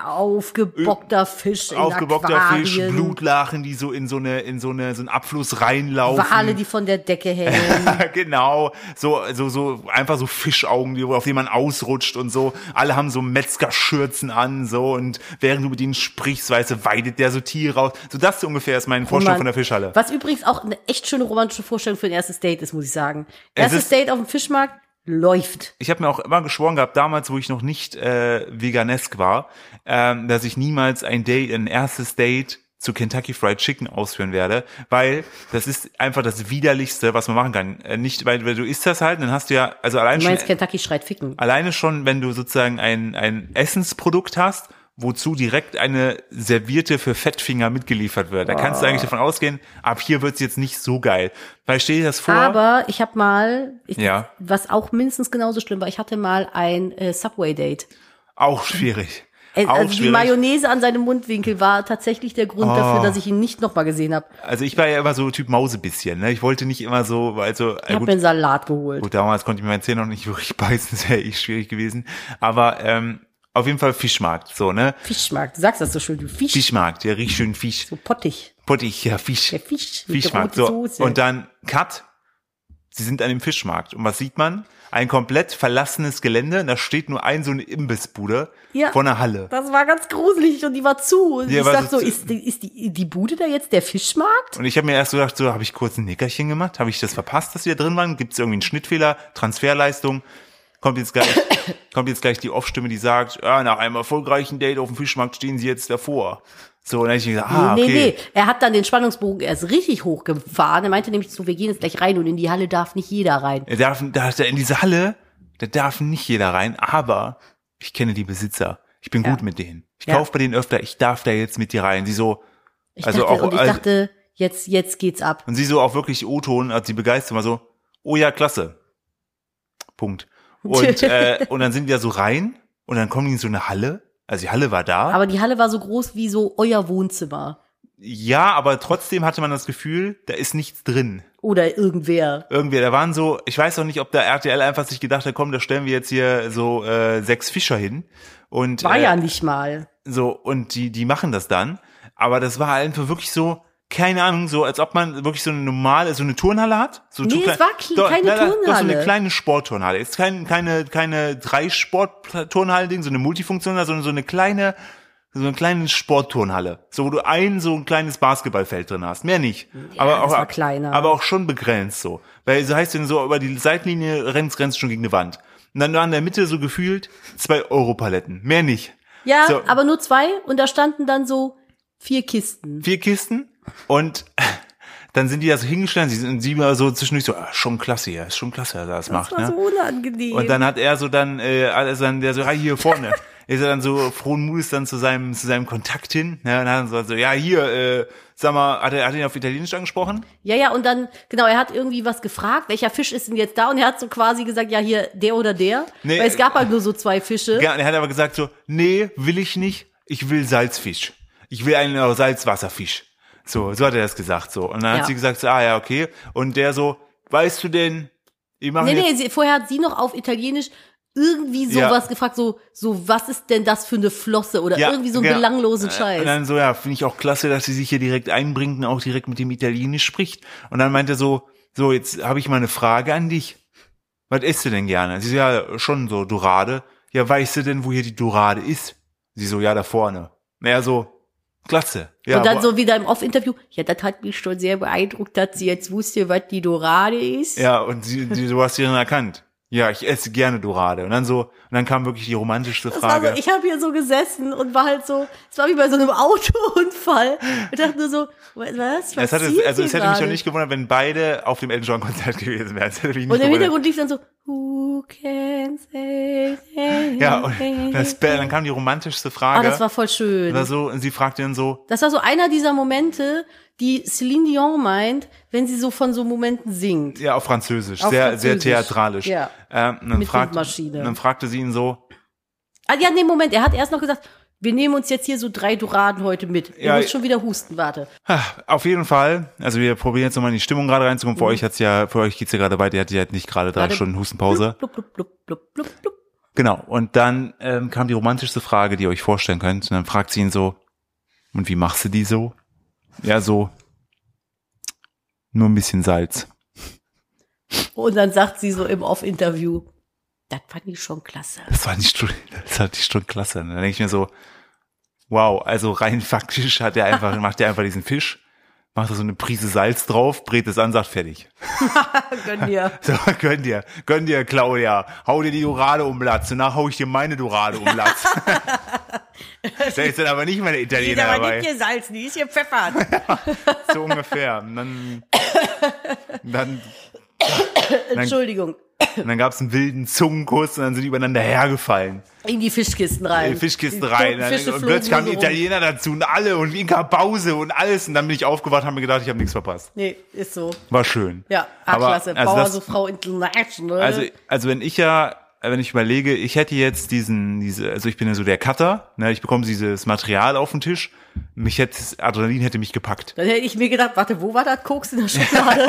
B: aufgebockter Fisch in
A: Aufgebockter Fisch,
B: Aquarien.
A: Blutlachen, die so in so eine, in so eine, so einen Abfluss reinlaufen.
B: Wale, die von der Decke hängen.
A: genau, so, so, so, einfach so Fischaugen, die- auf die man ausrutscht und so. Alle haben so Metzgerschürzen an, so, und während du mit ihnen sprichst, weißt du, weidet der so Tiere aus. So, das so ungefähr ist mein Vorschlag von der Fischhalle.
B: Was übrigens auch eine echt schöne romantische Vorstellung für ein erstes Date ist, muss ich sagen.
A: Es
B: Erstes
A: ist-
B: Date auf dem Fischmarkt läuft.
A: Ich habe mir auch immer geschworen gehabt, damals, wo ich noch nicht äh, veganesk war, ähm, dass ich niemals ein Date, ein erstes Date zu Kentucky Fried Chicken ausführen werde, weil das ist einfach das widerlichste, was man machen kann. Äh, nicht, weil, weil du isst das halt, und dann hast du ja, also allein
B: Du
A: schon
B: meinst, Kentucky schreit ficken.
A: alleine schon, wenn du sozusagen ein, ein Essensprodukt hast, wozu direkt eine Servierte für Fettfinger mitgeliefert wird. Da kannst du
B: Ah.
A: eigentlich davon ausgehen, ab hier wird's jetzt nicht so geil. Weil stell dir das vor,
B: Aber ich habe mal, ich,
A: Ja.
B: was auch mindestens genauso schlimm war, ich hatte mal ein äh, Subway-Date.
A: auch schwierig.
B: Äh,
A: auch
B: Also die
A: schwierig. Oh.
B: Mayonnaise an seinem Mundwinkel war tatsächlich der Grund dafür, dass ich ihn nicht nochmal gesehen habe.
A: also ich war ja immer so Typ Mausebisschen. Ne? Ich wollte nicht immer so, also
B: Ich
A: äh,
B: habe
A: gut,
B: mir einen Salat geholt.
A: Gut, damals konnte ich mir mein Zähne noch nicht wirklich beißen, das wäre echt schwierig gewesen. Aber ähm, auf jeden Fall Fischmarkt, so, ne?
B: Fischmarkt, du sagst das so schön, du Fisch,
A: Fischmarkt, ja, riecht schön Fisch.
B: so pottig.
A: Pottig, ja, Fisch.
B: Der Fisch, mit der
A: Fischmarkt.
B: roten
A: So.
B: Soße.
A: Und dann Cut. Sie sind an dem Fischmarkt. Und was sieht man? Ein komplett verlassenes Gelände. Und da steht nur ein so eine Imbissbude
B: Ja.
A: vor einer Halle.
B: Das war ganz gruselig und die war zu. Und
A: Ja,
B: ich
A: war
B: sag
A: so
B: so,
A: zu-
B: ist, die- ist die, die Bude da jetzt der Fischmarkt?
A: Und ich habe mir erst so gedacht, so habe ich kurz ein Nickerchen gemacht? Habe ich das verpasst, dass wir drin waren? Gibt es irgendwie einen Schnittfehler? Transferleistung? Kommt jetzt gleich, kommt jetzt gleich die Off-Stimme, die sagt, ah, nach einem erfolgreichen Date auf dem Fischmarkt stehen sie jetzt davor. So, und dann hab ich gesagt, ah, okay.
B: nee, nee, er hat dann den Spannungsbogen erst richtig hochgefahren. Er meinte nämlich so, wir gehen jetzt gleich rein und in die Halle darf nicht jeder rein.
A: Er darf, da, da in diese Halle, da darf nicht jeder rein, aber ich kenne die Besitzer. Ich bin
B: Ja.
A: gut mit denen. Ich
B: Ja.
A: kauf bei denen öfter, ich darf da jetzt mit dir rein. Sie so,
B: Ich
A: also
B: dachte,
A: auch,
B: und ich
A: also-
B: dachte, jetzt, jetzt geht's ab.
A: und sie so auch wirklich O-Ton, hat sie begeistert, war so, oh ja, klasse. Punkt. Und, äh, und dann sind wir so rein und dann kommen die in so eine Halle. Also die Halle war da.
B: Aber die Halle war so groß wie so euer Wohnzimmer.
A: ja, aber trotzdem hatte man das Gefühl, da ist nichts drin.
B: Oder irgendwer.
A: Irgendwie, da waren so, ich weiß auch nicht, ob da RTL einfach sich gedacht hat, komm, da stellen wir jetzt hier so äh, sechs Fischer hin. Und,
B: War
A: äh,
B: ja nicht mal.
A: So, und die, die machen das dann. Aber das war halt einfach wirklich so, keine Ahnung, so als ob man wirklich so eine normale, so eine Turnhalle hat. So
B: Nee,
A: zu
B: es war kle- keine
A: na, na, Doch so eine
B: Turnhalle.
A: kleine Sportturnhalle. Jetzt kein, keine, keine drei Sportturnhallen-Ding, so eine Multifunktionale, sondern so eine kleine, so eine kleine Sportturnhalle. So, wo du ein, so ein kleines Basketballfeld drin hast. Mehr nicht. aber auch,
B: war kleiner.
A: aber auch schon begrenzt so. Weil so heißt, wenn du so über die Seitenlinie rennst, grenzt schon gegen eine Wand. Und dann waren in der Mitte so gefühlt zwei Europaletten. Mehr nicht.
B: Ja,
A: so.
B: aber nur zwei und da standen dann so vier Kisten.
A: vier Kisten und dann sind die da so hingestellt, sie sind sie war so zwischendurch so, ah, schon klasse hier, ist schon klasse, dass er das macht,
B: Das war so
A: ne?
B: unangenehm.
A: Und dann hat er so dann, äh, also dann der so, ah, hier vorne, ist er dann so frohen Mutes dann zu seinem, zu seinem Kontakt hin, ne? Und dann so, so, ja, hier, äh, sag mal, hat er, hat er ihn auf Italienisch angesprochen?
B: Ja, ja, und dann, genau, er hat irgendwie was gefragt, welcher Fisch ist denn jetzt da? Und er hat so quasi gesagt, ja, hier, der oder der.
A: Nee, äh,
B: Weil es gab halt nur so zwei Fische.
A: Ja, und er hat aber gesagt so, nee, will ich nicht, ich will Salzfisch. Ich will einen äh, Salzwasserfisch. So, so hat er das gesagt, so. Und dann
B: Ja.
A: hat sie gesagt, so, ah, ja, okay. Und der so, weißt du denn, ich mache
B: nee,
A: jetzt
B: nee, sie, vorher hat sie noch auf Italienisch irgendwie
A: Ja.
B: sowas gefragt, so, so, was ist denn das für eine Flosse? Oder
A: Ja,
B: irgendwie so einen
A: ja.
B: belanglosen
A: Äh, Und
B: Scheiß.
A: dann so, ja, finde ich auch klasse, dass sie sich hier direkt einbringt und auch direkt mit dem Italienisch spricht. Und dann meint er so, so, jetzt habe ich mal eine Frage an dich. Was isst du denn gerne? Sie so, ja, schon so Dorade. Ja, weißt du denn, wo hier die Dorade ist? Sie so, ja, da vorne. Naja, so, klasse. Ja,
B: und dann
A: wo-
B: so wieder im Off-Interview, ja, das hat mich schon sehr beeindruckt, dass sie jetzt wusste, was die Dorade ist.
A: Ja, und sie, sie, du hast sie dann erkannt. Ja, ich esse gerne Dorade. Und dann so, und dann kam wirklich die romantischste
B: Das war
A: Frage.
B: so, ich habe hier so gesessen und war halt so, es war wie bei so einem Autounfall. Ich dachte nur so, was?
A: es, hatte,
B: was passiert
A: also,
B: hier
A: es hätte mich
B: gerade?
A: schon nicht gewundert, wenn beide auf dem Elton John Konzert gewesen wären. Es hätte mich nicht
B: Und im
A: gewundert.
B: Hintergrund lief dann so, who can say
A: Ja, und das, Bär- dann kam die romantischste
B: Ah,
A: Frage.
B: das war voll schön.
A: Oder so, und sie fragte dann so,
B: Das war so einer dieser Momente, die Celine Dion meint, wenn sie so von so Momenten singt.
A: ja, auf Französisch,
B: Auf
A: sehr, sehr
B: Französisch,
A: theatralisch.
B: ja.
A: Ähm, und dann
B: Mit
A: fragte,
B: Windmaschine.
A: Dann fragte sie ihn so,
B: Ah, ja, nee, Moment, er hat erst noch gesagt, Wir nehmen uns jetzt hier so drei Duraden heute mit. Ich
A: Ja,
B: muss schon wieder husten, warte.
A: Ah, Auf jeden Fall. Also wir probieren jetzt nochmal in die Stimmung gerade reinzukommen. Für euch hat's ja, für euch geht's ja gerade weiter. Ihr hattet ja nicht gerade drei
B: Mhm. Warte.
A: Stunden Hustenpause.
B: Blub, blub, blub, blub, blub, blub.
A: Genau. Und dann ähm, kam die romantischste Frage, die ihr euch vorstellen könnt. Und dann fragt sie ihn so, und wie machst du die so? Ja, so. Nur ein bisschen Salz.
B: Und dann sagt sie so im Off-Interview, das fand ich schon klasse.
A: Das war nicht schon, das hatte ich schon klasse. Und dann denke ich mir so, wow, also rein faktisch hat er einfach, macht er einfach diesen Fisch, macht da so eine Prise Salz drauf, brät es an, sagt fertig.
B: Gönn dir.
A: So, gönn dir, gönn dir, Claudia. Hau dir die Dorade um Latz. Danach hau ich dir meine Dorade um Latz. da ist dann aber nicht mehr der Italiener
B: aber
A: dabei.
B: nicht hier Salz, die ist hier Pfeffer.
A: So ungefähr. Und dann, dann,
B: Entschuldigung.
A: und dann gab's einen wilden Zungenkuss und dann sind die übereinander hergefallen.
B: In die Fischkisten rein.
A: Die Fischkisten
B: Die
A: rein.
B: toten
A: Dann,
B: Fische
A: und
B: flogen
A: plötzlich kamen die
B: nur so rum.
A: Italiener dazu und alle und Inka Pause und alles. Und dann bin ich aufgewacht und habe mir gedacht, ich habe nichts verpasst.
B: Nee, ist so.
A: War schön.
B: Ja, ah,
A: Aber,
B: klasse.
A: also
B: Bauer
A: das-
B: so Frau International.
A: Also, also wenn ich ja, wenn ich überlege, ich hätte jetzt diesen, diese, also ich bin ja so der Cutter, ne, ich bekomme dieses Material auf den Tisch, mich hätte, das Adrenalin hätte mich gepackt.
B: dann hätte ich mir gedacht, warte, wo war das Koks in der Schublade?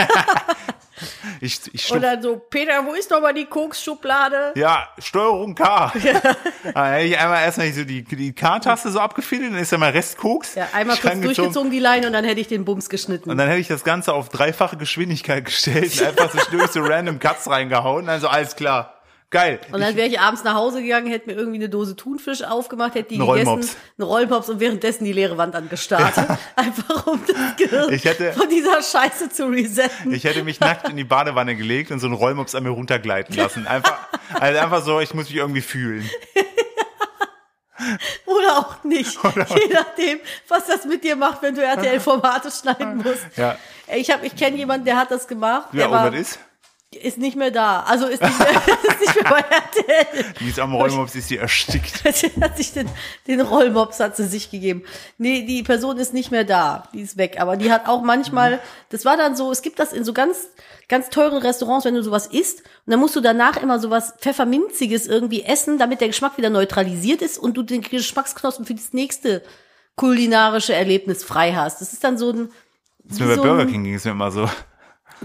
A: Ich, ich
B: Und
A: schlupf,
B: dann so, Peter, wo ist nochmal die Koks-Schublade?
A: ja, Steuerung K. Dann hätte ich einmal erstmal so die, die K-Taste so abgefädelt, dann ist ja mal Restkoks.
B: Ja, einmal kurz
A: Strang gezogen.
B: durchgezogen die Leine und dann hätte ich den Bums geschnitten.
A: Und dann hätte ich das Ganze auf dreifache Geschwindigkeit gestellt und einfach so schnell so random Cuts reingehauen. Also alles klar. Geil.
B: Und dann wäre ich abends nach Hause gegangen, hätte mir irgendwie eine Dose Thunfisch aufgemacht, hätte die
A: Einen Rollmops.
B: gegessen, einen Rollmops und währenddessen die leere Wand angestarrt. Einfach um das Gehirn
A: Ich hätte-
B: von dieser Scheiße zu resetten.
A: Ich hätte mich nackt in die Badewanne gelegt und so einen Rollmops an mir runtergleiten lassen. Einfach, also einfach so, ich muss mich irgendwie fühlen.
B: Oder auch nicht. Je nachdem, was das mit dir macht, wenn du RTL-Formate schneiden musst.
A: Ja.
B: Ich, hab- ich kenne jemanden, der hat das gemacht.
A: Ja,
B: der war,
A: und was ist?
B: ist nicht mehr da. Also ist nicht mehr, ist nicht mehr bei RTL.
A: Die ist am Rollmops, ist sie erstickt.
B: Sie hat sich den, den Rollmops hat sie sich gegeben. Nee, die Person ist nicht mehr da. Die ist weg. Aber die hat auch
A: Mhm.
B: manchmal, das war dann so, es gibt das in so ganz, ganz teuren Restaurants, wenn du sowas isst. Und dann musst du danach immer sowas Pfefferminziges irgendwie essen, damit der Geschmack wieder neutralisiert ist und du den Geschmacksknospen für das nächste kulinarische Erlebnis frei hast. Das ist dann so ein,
A: Das
B: wie
A: mir bei
B: so
A: Burger
B: ein-
A: King ging es mir immer so.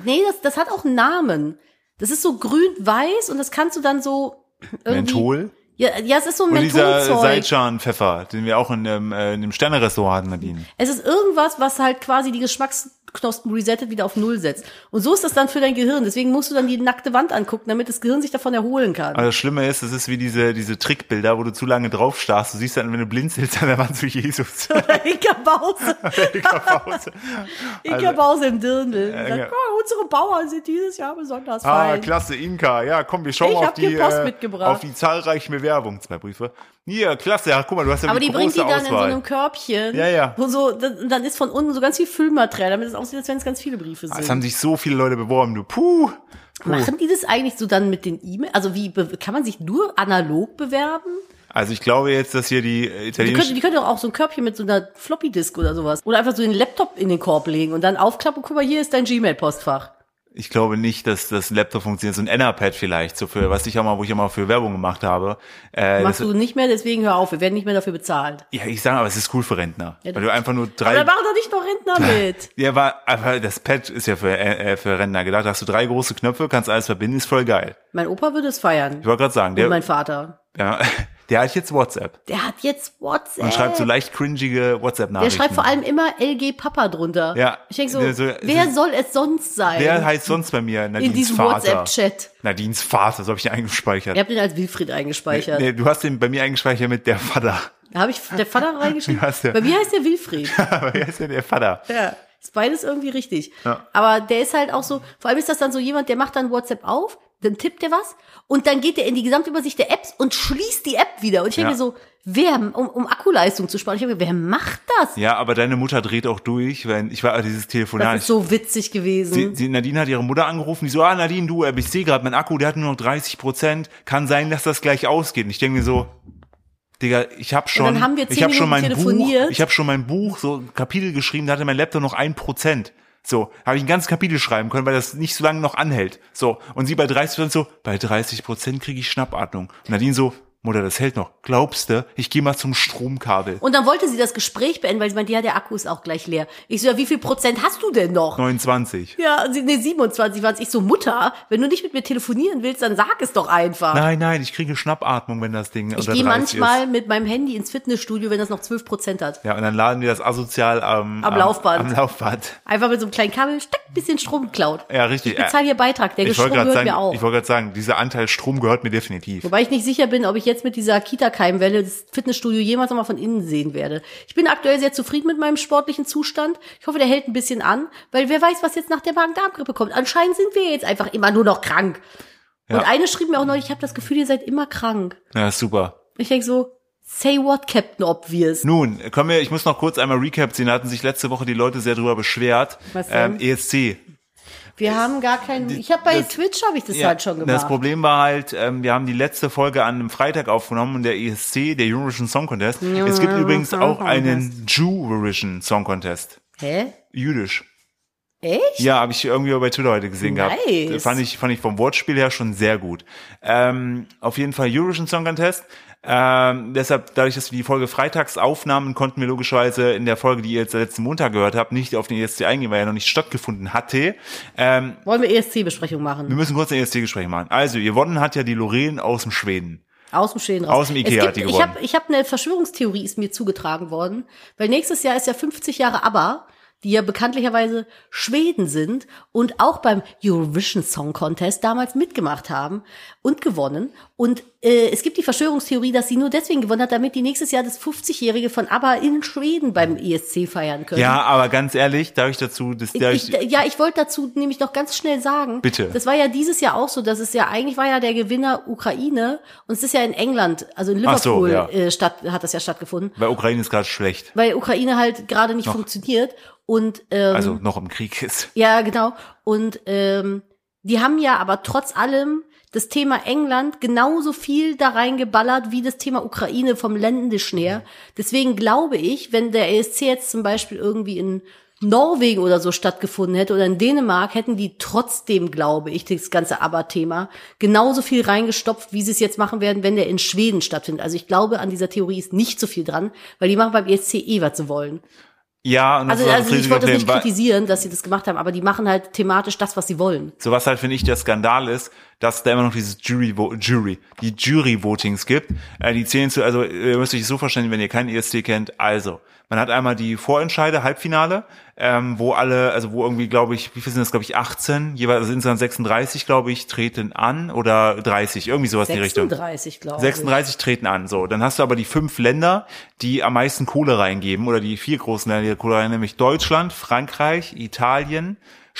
B: nee, das, das hat auch einen Namen. Das ist so grün-weiß und das kannst du dann so irgendwie,
A: Menthol.
B: Ja, ja, es ist so ein
A: Und dieser
B: Mentholzeug.
A: Salzschan-Pfeffer, den wir auch in dem, äh, in dem Sterne-Restaurant hatten, Nadine.
B: Es ist irgendwas, was halt quasi die Geschmacksknospen resettet, wieder auf Null setzt. Und so ist das dann für dein Gehirn. Deswegen musst du dann die nackte Wand angucken, damit das Gehirn sich davon erholen kann.
A: Aber das Schlimme ist, es ist wie diese, diese Trickbilder, wo du zu lange drauf starrst. Du siehst dann, wenn du blinzelst, dann war zu Jesus.
B: Inka Bause,
A: Dicker Pause.
B: Inka Bause im Dirndl. Die
A: Also ja.
B: Sagt, oh, unsere Bauern sind dieses Jahr besonders
A: Ah,
B: fein.
A: klasse, Inka. Ja, komm, wir schauen
B: Ich
A: mal auf
B: hab dir
A: die,
B: Post
A: äh,
B: mitgebracht.
A: auf die zahlreichen Bewerbungen. Zwei Briefe. Hier, klasse. Ja, guck mal, du hast ja
B: Aber
A: eine
B: die
A: große
B: bringt die dann in so
A: Auswahl.
B: einem Körbchen.
A: Ja, ja.
B: Wo so, dann und dann ist von unten so ganz viel Füllmaterial, damit es aussieht, als wenn es ganz viele Briefe
A: Es
B: sind.
A: haben sich so viele Leute beworben. Du, puh.
B: Machen die das eigentlich so dann mit den E-Mails? Also wie, be- kann man sich nur analog bewerben?
A: Also ich glaube jetzt, dass hier die äh,
B: Die könnte,
A: italienische...
B: die könnte doch auch so ein Körbchen mit so einer Floppy-Disk oder sowas. Oder einfach so den Laptop in den Korb legen und dann aufklappen, guck mal, hier ist dein Gmail-Postfach.
A: Ich glaube nicht, dass das Laptop funktioniert. So ein Ennerpad vielleicht, so für, was ich auch mal, wo ich auch mal für Werbung gemacht habe. Äh,
B: Machst
A: das,
B: du nicht mehr, deswegen hör auf, wir werden nicht mehr dafür bezahlt.
A: ja, ich sage, aber es ist cool für Rentner.
B: Ja,
A: weil
B: das-
A: du einfach nur
B: Aber
A: drei...
B: da machen doch nicht noch Rentner mit.
A: Ja, war, aber das Pad ist ja für, äh, für Rentner gedacht. Da hast du drei große Knöpfe, kannst alles verbinden, ist voll geil.
B: Mein Opa würde es feiern.
A: Ich wollte gerade sagen,
B: Und
A: der,
B: mein Vater.
A: ja, der hat jetzt WhatsApp.
B: Der hat jetzt WhatsApp.
A: Und schreibt so leicht cringige
B: Äh. der
A: WhatsApp-Nachrichten.
B: schreibt vor allem immer LG Papa drunter.
A: Ja.
B: Ich denke so,
A: Der so-
B: wer soll es sonst sein?
A: Wer heißt sonst bei mir
B: in
A: Nadines
B: diesem
A: Vater?
B: WhatsApp-Chat.
A: Nadines Vater, so habe ich ihn eingespeichert.
B: Ihr habt ihn als Wilfried eingespeichert.
A: Nee, du hast den bei mir eingespeichert mit der Vater.
B: Da habe ich der Vater reingeschrieben.
A: Wie heißt der?
B: Bei mir heißt der Wilfried.
A: Aber wer ist denn der Vater?
B: Ja. Ist beides irgendwie richtig.
A: Ja.
B: Aber der ist halt auch so, vor allem ist das dann so jemand, der macht dann WhatsApp auf, dann tippt er was und dann geht er in die Gesamtübersicht der Apps und schließt die App wieder. Und ich denke
A: Ja.
B: mir so, wer, um, um Akkuleistung zu sparen, ich denke mir, wer macht das?
A: Ja, aber deine Mutter dreht auch durch, wenn ich war dieses
B: das
A: Telefonat.
B: ist so witzig
A: Sie,
B: gewesen.
A: sie, Nadine hat ihre Mutter angerufen, die so, ah Nadine, du, äh, ich sehe gerade, mein Akku, der hat nur noch 30 Prozent, kann sein, dass das gleich ausgeht. Und ich denke mir so, Digga, ich habe schon,
B: dann haben wir zehn
A: ich habe schon mein
B: Minuten
A: Buch,
B: telefoniert.
A: ich habe schon mein Buch, so ein Kapitel geschrieben, da hatte mein Laptop noch ein Prozent. So, habe ich ein ganzes Kapitel schreiben können, weil das nicht so lange noch anhält. So, und sie bei 30 Prozent so, bei 30 Prozent kriege ich Schnappatmung. Und Nadine so, Mutter, das hält noch. Glaubst du? Ich gehe mal zum Stromkabel.
B: Und dann wollte sie das Gespräch beenden, weil sie meinte, ja, der Akku ist auch gleich leer. Ich so, ja, wie viel Prozent hast du denn noch?
A: 29.
B: Ja, sie- nee, 27 waren Ich so, Mutter, wenn du nicht mit mir telefonieren willst, dann sag es doch einfach.
A: Nein, nein, ich kriege Schnappatmung, wenn das Ding
B: ich
A: unter
B: gehe
A: 30
B: manchmal
A: ist.
B: mit meinem Handy ins Fitnessstudio, wenn das noch 12 Prozent hat.
A: Ja, und dann laden wir das asozial am,
B: Am Laufband.
A: Am Laufband.
B: Einfach mit so einem kleinen Kabel, steck, bisschen Strom geklaut.
A: Ja, richtig.
B: Ich bezahle hier Beitrag, der
A: Ich wollte
B: Strom
A: gerade
B: gehört
A: sagen,
B: mir auch.
A: ich wollte gerade sagen, dieser Anteil Strom gehört mir definitiv.
B: Wobei ich nicht sicher bin, ob ich jetzt mit dieser Kita-Keimwelle das Fitnessstudio jemals nochmal von innen sehen werde. Ich bin aktuell sehr zufrieden mit meinem sportlichen Zustand. Ich hoffe, der hält ein bisschen an, weil wer weiß, was jetzt nach der Magen-Darm-Grippe kommt. Anscheinend sind wir jetzt einfach immer nur noch krank.
A: Ja.
B: Und eine schrieb mir auch noch, ich habe das Gefühl, ihr seid immer krank.
A: Ja, super.
B: Ich denk so, say what, Captain Obvious.
A: Nun, kommen wir, ich muss noch kurz einmal Recap ziehen. Da hatten sich letzte Woche die Leute sehr drüber beschwert.
B: Was
A: ähm,
B: denn?
A: ESC.
B: Wir haben gar keinen. Ich habe bei
A: das-
B: Twitch habe ich das
A: Ja,
B: halt schon gemacht.
A: Das Problem war halt, ähm, wir haben die letzte Folge an einem Freitag aufgenommen und der ESC, der Eurovision Song Contest. es gibt übrigens
B: Song
A: auch
B: Contest.
A: einen Jewvision Song Contest.
B: Hä?
A: Jüdisch.
B: Echt?
A: Ja, habe ich irgendwie bei Twitter heute gesehen
B: Nice.
A: gehabt. Fand ich, fand ich vom Wortspiel her schon sehr gut. Ähm, auf jeden Fall Eurovision Song Contest. Ähm, deshalb, dadurch, dass wir die Folge freitags aufnahmen, konnten wir logischerweise in der Folge, die ihr jetzt letzten Montag gehört habt, nicht auf den ESC eingehen, weil er noch nicht stattgefunden hatte. Ähm,
B: Wollen wir ESC-Besprechung machen?
A: wir müssen kurz ein ESC-Gespräch machen. Also, gewonnen hat ja die Lorraine aus dem Schweden.
B: Aus dem Schäden raus.
A: Aus dem Ikea
B: es
A: hat die
B: gibt, Ich
A: gewonnen.
B: habe ich hab eine Verschwörungstheorie, ist mir zugetragen worden. Weil nächstes Jahr ist ja 50 Jahre ABBA, die ja bekanntlicherweise Schweden sind und auch beim Eurovision Song Contest damals mitgemacht haben und gewonnen. Und äh, es gibt die Verschwörungstheorie, dass sie nur deswegen gewonnen hat, damit die nächstes Jahr das 50-Jährige von ABBA in Schweden beim ESC feiern können.
A: Ja, aber ganz ehrlich, darf ich dazu, dass
B: Mhm. Ich,
A: dadurch,
B: ich, ja, ich wollte dazu nämlich noch ganz schnell sagen.
A: Bitte.
B: Das war ja dieses Jahr auch so, dass es ja eigentlich war ja der Gewinner Ukraine und es ist ja in England, also in
A: Ach so,
B: Liverpool
A: ja.
B: äh, statt, hat das ja stattgefunden,
A: weil Ukraine ist gerade schlecht.
B: weil Ukraine halt gerade nicht funktioniert und ähm,
A: Also, noch im Krieg ist.
B: ja, genau. Und ähm, die haben ja aber trotz allem das Thema England genauso viel da reingeballert wie das Thema Ukraine vom Ländischen her. Deswegen glaube ich, wenn der ESC jetzt zum Beispiel irgendwie in Norwegen oder so stattgefunden hätte oder in Dänemark, hätten die trotzdem, glaube ich, das ganze ABBA-Thema genauso viel reingestopft, wie sie es jetzt machen werden, wenn der in Schweden stattfindet. Also ich glaube, an dieser Theorie ist nicht so viel dran, weil die machen beim ESC eh, was sie wollen.
A: Ja, und das
B: Also,
A: ist auch ein
B: also ich
A: riesiger
B: wollte das nicht
A: Problem, weil-
B: kritisieren, dass sie das gemacht haben, aber die machen halt thematisch das, was sie wollen.
A: So was halt, finde ich, der Skandal ist, dass da immer noch dieses Jury, Vo- Jury, die Jury-Votings gibt. Äh, die zählen zu, also ihr müsst euch das so verstehen, wenn ihr keinen ESC kennt. Also, man hat einmal die Vorentscheide, Halbfinale, ähm, wo alle, also wo irgendwie, glaube ich, wie viel sind das, glaube ich, 18, jeweils also insgesamt 36, glaube ich, treten an oder 30, irgendwie sowas in die Richtung.
B: 36, glaube ich.
A: 36 treten an, so. Dann hast du aber die fünf Länder, die am meisten Kohle reingeben, oder die vier großen Länder, die Kohle reingeben, nämlich Deutschland, Frankreich, Italien,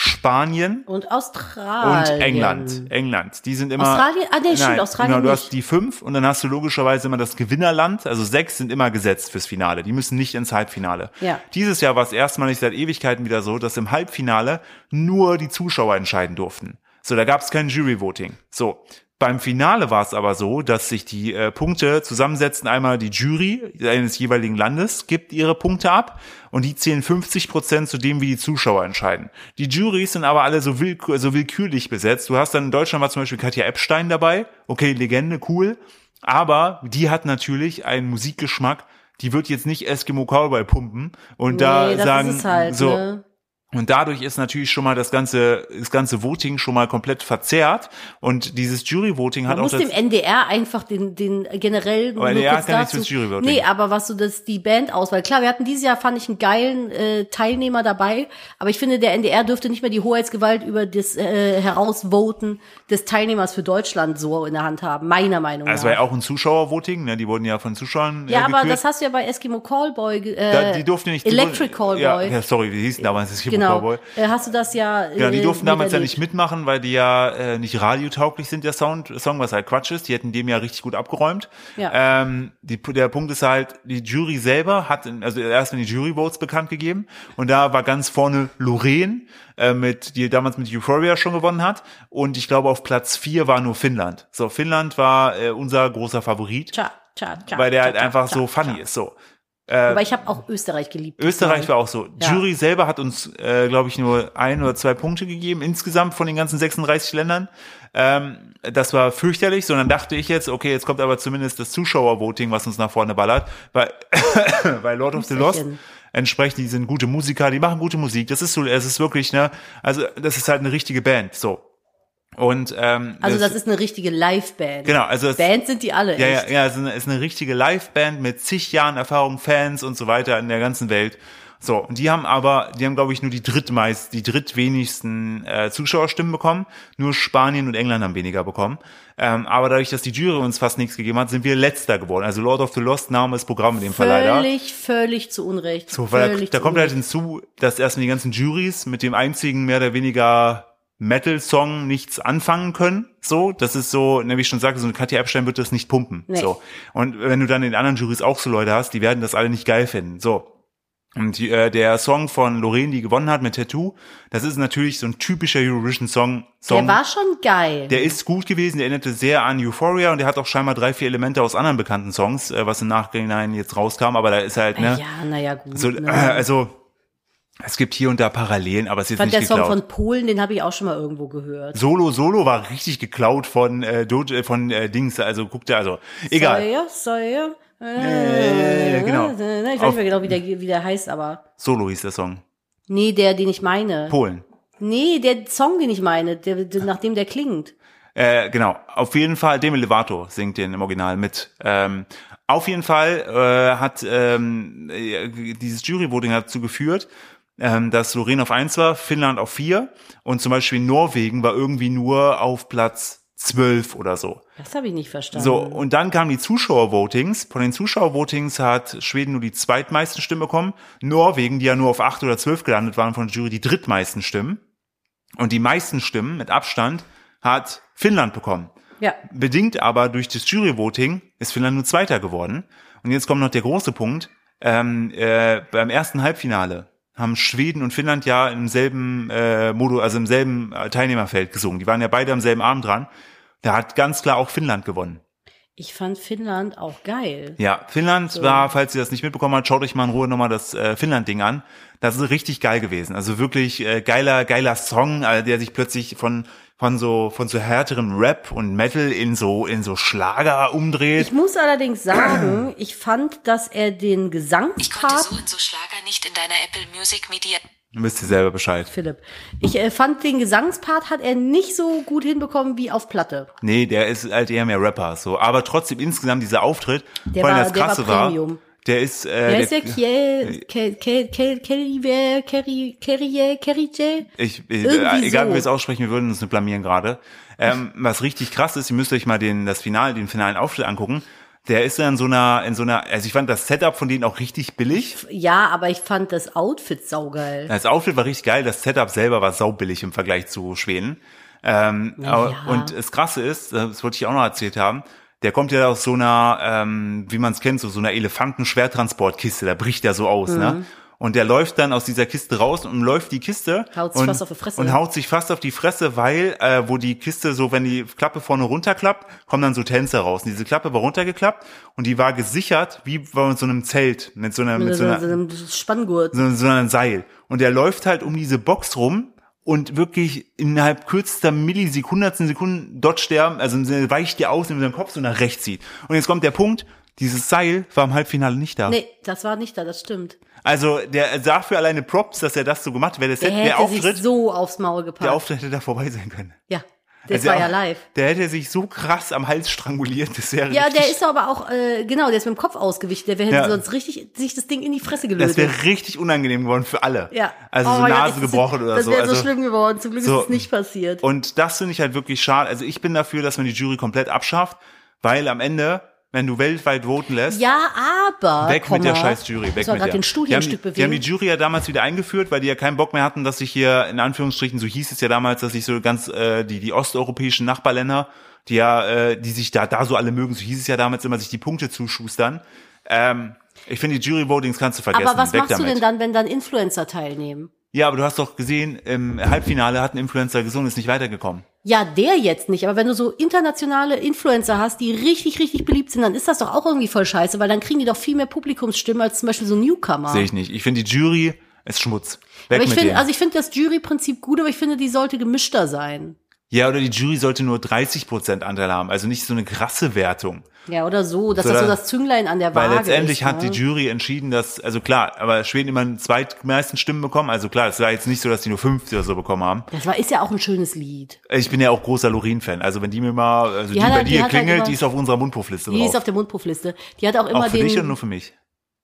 A: Spanien
B: Und
A: und
B: Australien.
A: England. England. Die sind immer.
B: Australien? Ah, nee, stimmt, Australien
A: Genau, du
B: nicht.
A: hast die fünf und dann hast du logischerweise immer das Gewinnerland. Also sechs sind immer gesetzt fürs Finale. Die müssen nicht ins Halbfinale.
B: Ja.
A: Dieses Jahr war es erstmalig seit Ewigkeiten wieder so, dass im Halbfinale nur die Zuschauer entscheiden durften. So, da gab es kein Jury-Voting. So. Beim Finale war es aber so, dass sich die äh, Punkte zusammensetzen. Einmal die Jury eines jeweiligen Landes gibt ihre Punkte ab und die zählen 50 Prozent zu dem, wie die Zuschauer entscheiden. Die Juries sind aber alle so, willkür, so willkürlich besetzt. Du hast dann in Deutschland war zum Beispiel Katja Epstein dabei. Okay, Legende, cool. Aber die hat natürlich einen Musikgeschmack. Die wird jetzt nicht Eskimo Cowboy pumpen und da
B: nee, das
A: sagen,
B: ist es halt,
A: so,
B: ne?
A: und dadurch ist natürlich schon mal das ganze, das ganze Voting schon mal komplett verzerrt. Und dieses Jury-Voting hat
B: Man
A: auch
B: muss
A: das,
B: dem NDR einfach den, den generell nur
A: NDR
B: kurz
A: kann nichts
B: dazu.
A: fürs Juryvoting.
B: Nee, aber was so das, die Bandauswahl. Klar, wir hatten dieses Jahr, fand ich, einen geilen äh, Teilnehmer dabei, aber ich finde, der NDR dürfte nicht mehr die Hoheitsgewalt über das äh, Herausvoten des Teilnehmers für Deutschland so in der Hand haben, meiner Meinung
A: das
B: nach.
A: war ja auch ein Zuschauer-Voting, ne? Die wurden ja von Zuschauern.
B: Ja,
A: äh,
B: aber
A: gekürt.
B: das hast du ja bei Eskimo Callboy. ge- Äh,
A: da, die durften nicht. die
B: Electric
A: wurden-
B: Callboy.
A: Ja, ja, sorry, die hießen damals das Hip
B: genau.
A: Callboy.
B: Äh, hast du das ja.
A: Genau, die
B: äh,
A: durften damals ja nicht
B: miterlebt.
A: mitmachen, weil die ja äh, nicht radiotauglich sind, der Sound, Song, was halt Quatsch ist. Die hätten dem ja richtig gut abgeräumt.
B: Ja.
A: Ähm, die, der Punkt ist halt, die Jury selber hat, in- also erst in die Jury-Votes bekannt gegeben und da war ganz vorne Lorraine, äh, mit, die damals mit Euphoria schon gewonnen hat und ich glaube auf Platz vier war nur Finnland. So, Finnland war äh, unser großer Favorit
B: Tja, tja, tja,
A: weil der
B: tja,
A: halt
B: tja,
A: einfach
B: tja,
A: so funny
B: tja.
A: ist. So.
B: Aber ich habe auch Österreich geliebt.
A: äh, Österreich war auch so.
B: Ja.
A: Jury selber hat uns, äh, glaube ich, nur ein oder zwei Punkte gegeben, insgesamt von den ganzen 36 Ländern. Ähm, das war fürchterlich, sondern dachte ich jetzt, okay, jetzt kommt aber zumindest das Zuschauervoting, was uns nach vorne ballert. Bei, bei Lord of the Lost
B: Mütterchen.
A: entsprechend, die sind gute Musiker, die machen gute Musik. Das ist so, es ist wirklich, ne, also das ist halt eine richtige Band. So. Und ähm,
B: Also das, ist eine richtige Live-Band.
A: genau, also es-
B: Band sind die alle.
A: ja,
B: echt.
A: ja, ja, es ist eine, ist eine richtige Liveband mit zig Jahren Erfahrung, Fans und so weiter in der ganzen Welt. So, und die haben aber, die haben, glaube ich, nur die drittmeist, die drittwenigsten äh, Zuschauerstimmen bekommen. Nur Spanien und England haben weniger bekommen. Ähm, aber dadurch, dass die Jury uns fast nichts gegeben hat, sind wir letzter geworden. Also Lord of the Lost nahm das Programm in dem Fall leider.
B: Völlig, völlig zu Unrecht.
A: So, weil da,
B: völlig
A: da
B: zu
A: kommt halt
B: Unrecht.
A: hinzu, dass erstmal die ganzen Juries mit dem einzigen mehr oder weniger Metal-Song nichts anfangen können. So, das ist so, ne, wie ich schon sagte, so eine Katja Epstein wird das nicht pumpen.
B: Nee.
A: So. Und wenn du dann in den anderen Juries auch so Leute hast, die werden das alle nicht geil finden. So. Und die, äh, der Song von Lorraine, die gewonnen hat mit Tattoo, das ist natürlich so ein typischer Eurovision-Song. Song,
B: Der war schon geil.
A: der ist gut gewesen, der erinnerte sehr an Euphoria und der hat auch scheinbar drei, vier Elemente aus anderen bekannten Songs, äh, was im Nachhinein jetzt rauskam, aber da ist halt, ne?
B: Ah, Ja, naja, gut.
A: So, äh,
B: ne?
A: also es gibt hier und da Parallelen, aber es ist
B: Ich fand
A: jetzt
B: der
A: nicht
B: Song
A: geklaut.
B: von Polen, den habe ich auch schon mal irgendwo gehört.
A: Solo Solo war richtig geklaut von äh, Doge, von äh, Dings, also guck da, also egal.
B: Säuer, Säuer.
A: Äh, genau.
B: Ich weiß nicht
A: Auf-
B: mehr genau, wie der, wie der heißt, aber.
A: Solo hieß der Song.
B: Nee, der, den ich meine.
A: Polen.
B: Nee, der Song, den ich meine, der,
A: Ah.
B: der, nach dem der klingt.
A: Äh, genau, auf jeden Fall, Demi Lovato singt den im Original mit. Ähm, auf jeden Fall äh, hat ähm, äh, dieses Jury-Voting dazu geführt, ähm, dass Lorraine auf 1 war, Finnland auf 4 und zum Beispiel Norwegen war irgendwie nur auf Platz 12 oder so.
B: Das habe ich nicht verstanden.
A: So, und dann kamen die Zuschauervotings. Von den Zuschauervotings hat Schweden nur die zweitmeisten Stimmen bekommen. Norwegen, die ja nur auf acht oder zwölf gelandet waren von der Jury, die drittmeisten Stimmen. Und die meisten Stimmen mit Abstand hat Finnland bekommen.
B: Ja.
A: Bedingt aber durch das Juryvoting ist Finnland nur Zweiter geworden. Und jetzt kommt noch der große Punkt. Ähm, äh, beim ersten Halbfinale haben Schweden und Finnland ja im selben äh, Modu, also im selben äh, Teilnehmerfeld gesungen. Die waren ja beide am selben Abend dran. Da hat ganz klar auch Finnland gewonnen.
B: Ich fand Finnland auch geil.
A: Ja, Finnland war, falls ihr das nicht mitbekommen habt, schaut euch mal in Ruhe nochmal das äh, Finnland-Ding an. Das ist richtig geil gewesen. Also wirklich äh, geiler, geiler Song, äh, der sich plötzlich von von so von so härterem Rap und Metal in so in so Schlager umdreht.
B: Ich muss allerdings sagen, ich fand, dass er den
D: Ich konnte so
B: Gesangspart,
D: und so Schlager nicht in deiner Apple Music Media.
A: Wisst ihr selber Bescheid.
B: Philipp, ich äh, fand den Gesangspart hat er nicht so gut hinbekommen wie auf Platte.
A: Nee, der ist halt eher mehr Rapper so, aber trotzdem insgesamt dieser Auftritt,
B: Der
A: vor allem
B: war-
A: das
B: der war
A: krasse war,
B: Premium.
A: der ist äh,
B: Wer ist der Kiel, Ke- Ke- Ke- Kerriwe, Kerri, Kerrie, Kerrije?
A: Ich, ich,
B: Irgendwie
A: äh, egal, wie wir es
B: so.
A: aussprechen, wir würden uns nicht blamieren gerade. Ähm, was richtig krass ist, ihr müsst euch mal den, das Finale, den finalen Auftritt angucken. Der ist ja in so einer, in so einer, also ich fand das Setup von denen auch richtig billig.
B: Ja, aber ich fand das Outfit saugeil.
A: Das Outfit war richtig geil, das Setup selber war saubillig im Vergleich zu Schweden. Ähm, aber- Und das Krasse ist, äh, das wollte ich auch noch erzählt haben, der kommt ja aus so einer, ähm, wie man es kennt, so, so einer Elefanten-Schwertransportkiste, da bricht er so aus,
B: Mhm.
A: ne? Und der läuft dann aus dieser Kiste raus und läuft die Kiste
B: Haut sich
A: und,
B: fast auf die Fresse.
A: und haut sich fast auf die Fresse, weil äh, wo die Kiste so, wenn die Klappe vorne runterklappt, kommen dann so Tänzer raus. Und diese Klappe war runtergeklappt und die war gesichert wie bei so einem Zelt mit so einer, mit so einer,
B: so einem Spanngurt.
A: so, so ein Seil. Und der läuft halt um diese Box rum und wirklich innerhalb kürzester Millisekundertsten Sekunden dodgt der, also im Sinne, weicht der aus, nimmt seinen Kopf so nach rechts zieht. Und jetzt kommt der Punkt, dieses Seil war im Halbfinale nicht da.
B: Nee, das war nicht da, das stimmt.
A: Also der dafür alleine Props, dass er das so gemacht hat, wäre das
B: Der
A: hätte,
B: hätte
A: der
B: sich
A: Auftritt,
B: so aufs Maul gepackt.
A: der Auftritt hätte da vorbei sein können.
B: ja, das
A: Also
B: war
A: der
B: ja
A: Au-
B: live.
A: Der hätte sich so krass am Hals stranguliert, das wäre
B: Ja,
A: richtig,
B: der ist aber auch, äh, genau, der ist mit dem Kopf ausgewichen. Der hätte
A: Ja.
B: sonst richtig sich das Ding in die Fresse
A: das
B: gelöst.
A: wäre richtig unangenehm geworden für alle.
B: ja.
A: Also
B: Oh
A: so
B: mein Gott,
A: Nase
B: das ist-
A: gebrochen oder
B: das
A: so.
B: Das wäre
A: also,
B: so schlimm geworden. Zum Glück
A: so.
B: ist es nicht passiert.
A: Und das finde ich halt wirklich schade. Also ich bin dafür, dass man die Jury komplett abschafft, weil am Ende, wenn du weltweit voten lässt,
B: ja, aber.
A: weg mit der
B: Komma,
A: scheiß Jury, weg
B: Müssen wir
A: mit der.
B: gerade den Stuhl hier
A: die,
B: ein
A: haben,
B: Stück bewegen.
A: die haben die Jury ja damals wieder eingeführt, weil die ja keinen Bock mehr hatten, dass sich hier in Anführungsstrichen, so hieß es ja damals, dass sich so ganz äh, die, die osteuropäischen Nachbarländer, die ja, äh, die sich da, da so alle mögen, so hieß es ja damals immer, sich die Punkte zuschustern. Ähm, ich finde, die Jury-Votings kannst du vergessen.
B: aber was
A: weg
B: machst
A: damit.
B: du denn dann, wenn dann Influencer teilnehmen?
A: Ja, aber du hast doch gesehen, im Halbfinale hat ein Influencer gesungen, ist nicht weitergekommen.
B: Ja, der jetzt nicht. Aber wenn du so internationale Influencer hast, die richtig, richtig beliebt sind, dann ist das doch auch irgendwie voll scheiße, weil dann kriegen die doch viel mehr Publikumsstimmen als zum Beispiel so Newcomer.
A: Sehe ich nicht. Ich finde, die Jury ist Schmutz. Weg
B: aber ich
A: mit
B: finde,
A: dem.
B: also ich finde das Juryprinzip gut, aber ich finde, die sollte gemischter sein.
A: ja, oder die Jury sollte nur 30% Anteil haben, also nicht so eine krasse Wertung.
B: Ja, oder so, dass
A: So,
B: das so
A: dann-
B: das Zünglein an der
A: Weil
B: Waage
A: letztendlich
B: ist,
A: hat
B: ne?
A: die Jury entschieden, dass, also klar, aber Schweden immer die zweitmeisten Stimmen bekommen. Also klar, es war jetzt nicht so, dass die nur 50 oder so bekommen haben.
B: Das war, ist ja auch ein schönes Lied.
A: Ich bin ja auch großer Lorin-Fan. Also wenn die mir mal, also die,
B: hat
A: bei
B: halt- die
A: dir
B: hat halt
A: klingelt,
B: immer-
A: die ist auf unserer Mundpuffliste
B: Die
A: drauf.
B: ist auf der Mundpuffliste. Die hat auch immer
A: auch für
B: den.
A: dich und nur für mich.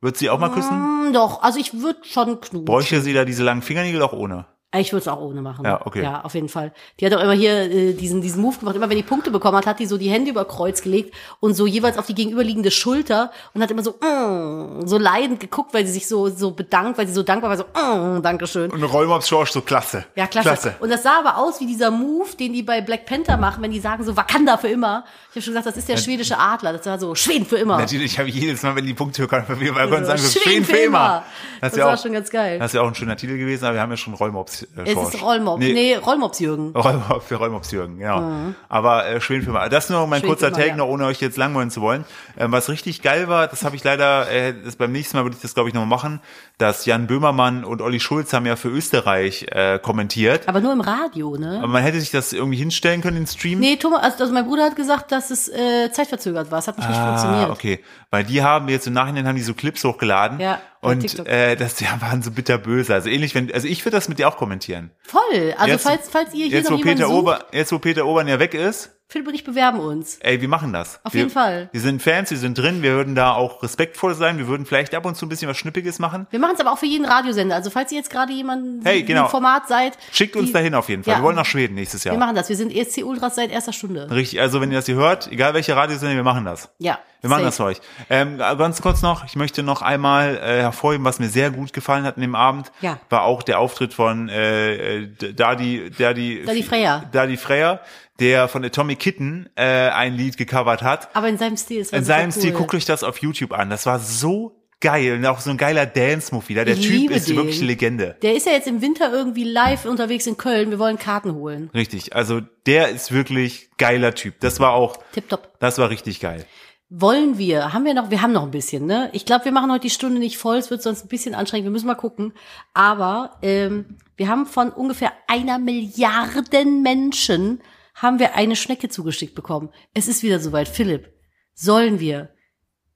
A: Würdest du sie auch mal küssen?
B: Mm, doch, also ich würde schon knutschen. Äh,
A: Bräuchte sie da diese langen Fingernägel auch ohne?
B: Ich würde es auch ohne machen.
A: Ja, okay.
B: Ja, auf jeden Fall. Die hat auch immer hier äh, diesen, diesen Move gemacht. Immer wenn die Punkte bekommen hat, hat die so die Hände über Kreuz gelegt und so jeweils auf die gegenüberliegende Schulter und hat immer so mm, so leidend geguckt, weil sie sich so so bedankt, weil sie so dankbar war, so mm, Dankeschön.
A: Und Rollmops Schorsch, so klasse.
B: Ja, klasse. Und das sah aber aus wie dieser Move, den die bei Black Panther machen, wenn die sagen so Wakanda für immer. Ich habe schon gesagt, das ist der schwedische Adler. Das war so Schweden für immer.
A: Natürlich habe ich jedes Mal, wenn die Punkte kommen, wir bei uns sagen,
B: Schön
A: schön
B: für
A: für
B: immer.
A: immer.
B: Also, Das
A: wär
B: war schon ganz geil.
A: Das ist ja auch ein schöner Titel gewesen, aber wir haben ja schon Rollmops äh,
B: es
A: Schorsch.
B: ist Rollmops. Nee, nee Rollmops Jürgen.
A: Rollmops, für Rollmops Jürgen, genau. Aber äh, schön für mal. Das nur mein
B: Schön für
A: kurzer
B: mal,
A: Take,
B: ja.
A: noch ohne euch jetzt langweilen zu wollen. Ähm, was richtig geil war, das habe ich leider, äh, das beim nächsten Mal würde ich das glaube ich noch machen, dass Jan Böhmermann und Olli Schulz haben ja für Österreich äh, kommentiert.
B: Aber nur im Radio, ne?
A: Aber man hätte sich das irgendwie hinstellen können, den Stream.
B: Nee, Thomas, also, also mein Bruder hat gesagt, dass es äh, zeitverzögert war. Es hat nicht richtig
A: Ah,
B: funktioniert.
A: okay. Weil die haben jetzt im Nachhinein haben die so Clips hochgeladen
B: Ja, bei
A: und
B: TikTok.
A: äh, das die waren so bitterböse. Also ähnlich, wenn, also ich würde das mit dir auch kommentieren.
B: Voll. Also
A: Jetzt-
B: falls, falls ihr hier
A: Jetzt
B: noch
A: wo
B: jemanden
A: Peter
B: sucht,
A: Ober, jetzt wo Peter Obern ja weg ist,
B: Philipp und ich bewerben uns.
A: ey, wir machen das.
B: Auf
A: wir,
B: jeden Fall.
A: Wir sind Fans, wir sind drin, wir würden da auch respektvoll sein, wir würden vielleicht ab und zu ein bisschen was Schnippiges machen.
B: Wir machen es aber auch für jeden Radiosender. Also falls ihr jetzt gerade jemanden
A: Hey,
B: im
A: genau.
B: Format seid.
A: Schickt uns
B: die-
A: dahin auf jeden Fall.
B: Ja.
A: Wir wollen nach Schweden nächstes
B: Wir
A: Jahr.
B: machen das. Wir sind ESC Ultras seit erster Stunde.
A: Richtig, also wenn ihr das hier hört, egal welche Radiosender, wir machen das.
B: Ja.
A: Wir machen
B: safe.
A: das für euch. Ähm, ganz kurz noch, ich möchte noch einmal äh, hervorheben, was mir sehr gut gefallen hat in dem Abend,
B: Ja.
A: war auch der Auftritt von äh, äh, Daddy, Daddy,
B: Daddy Freya.
A: Daddy Freya, der von Atomic Kitten äh, ein Lied gecovert hat.
B: Aber in seinem Stil ist
A: In seinem Stil, guckt euch das auf YouTube an. Das war so geil und auch so ein geiler Dance-Move wieder. Der
B: Ich
A: Typ
B: liebe
A: ist
B: den.
A: wirklich eine Legende.
B: Der ist ja jetzt im Winter irgendwie live unterwegs in Köln. Wir wollen Karten holen.
A: Richtig, also der ist wirklich geiler Typ. Das war auch,
B: Tipptopp.
A: das war richtig geil.
B: Wollen wir? Haben wir noch? Wir haben noch ein bisschen, ne? Ich glaube, wir machen heute die Stunde nicht voll. Es wird sonst ein bisschen anstrengend. Wir müssen mal gucken. Aber ähm, wir haben von ungefähr einer Milliarden Menschen haben wir eine Schnecke zugeschickt bekommen. Es ist wieder soweit. Philipp, sollen wir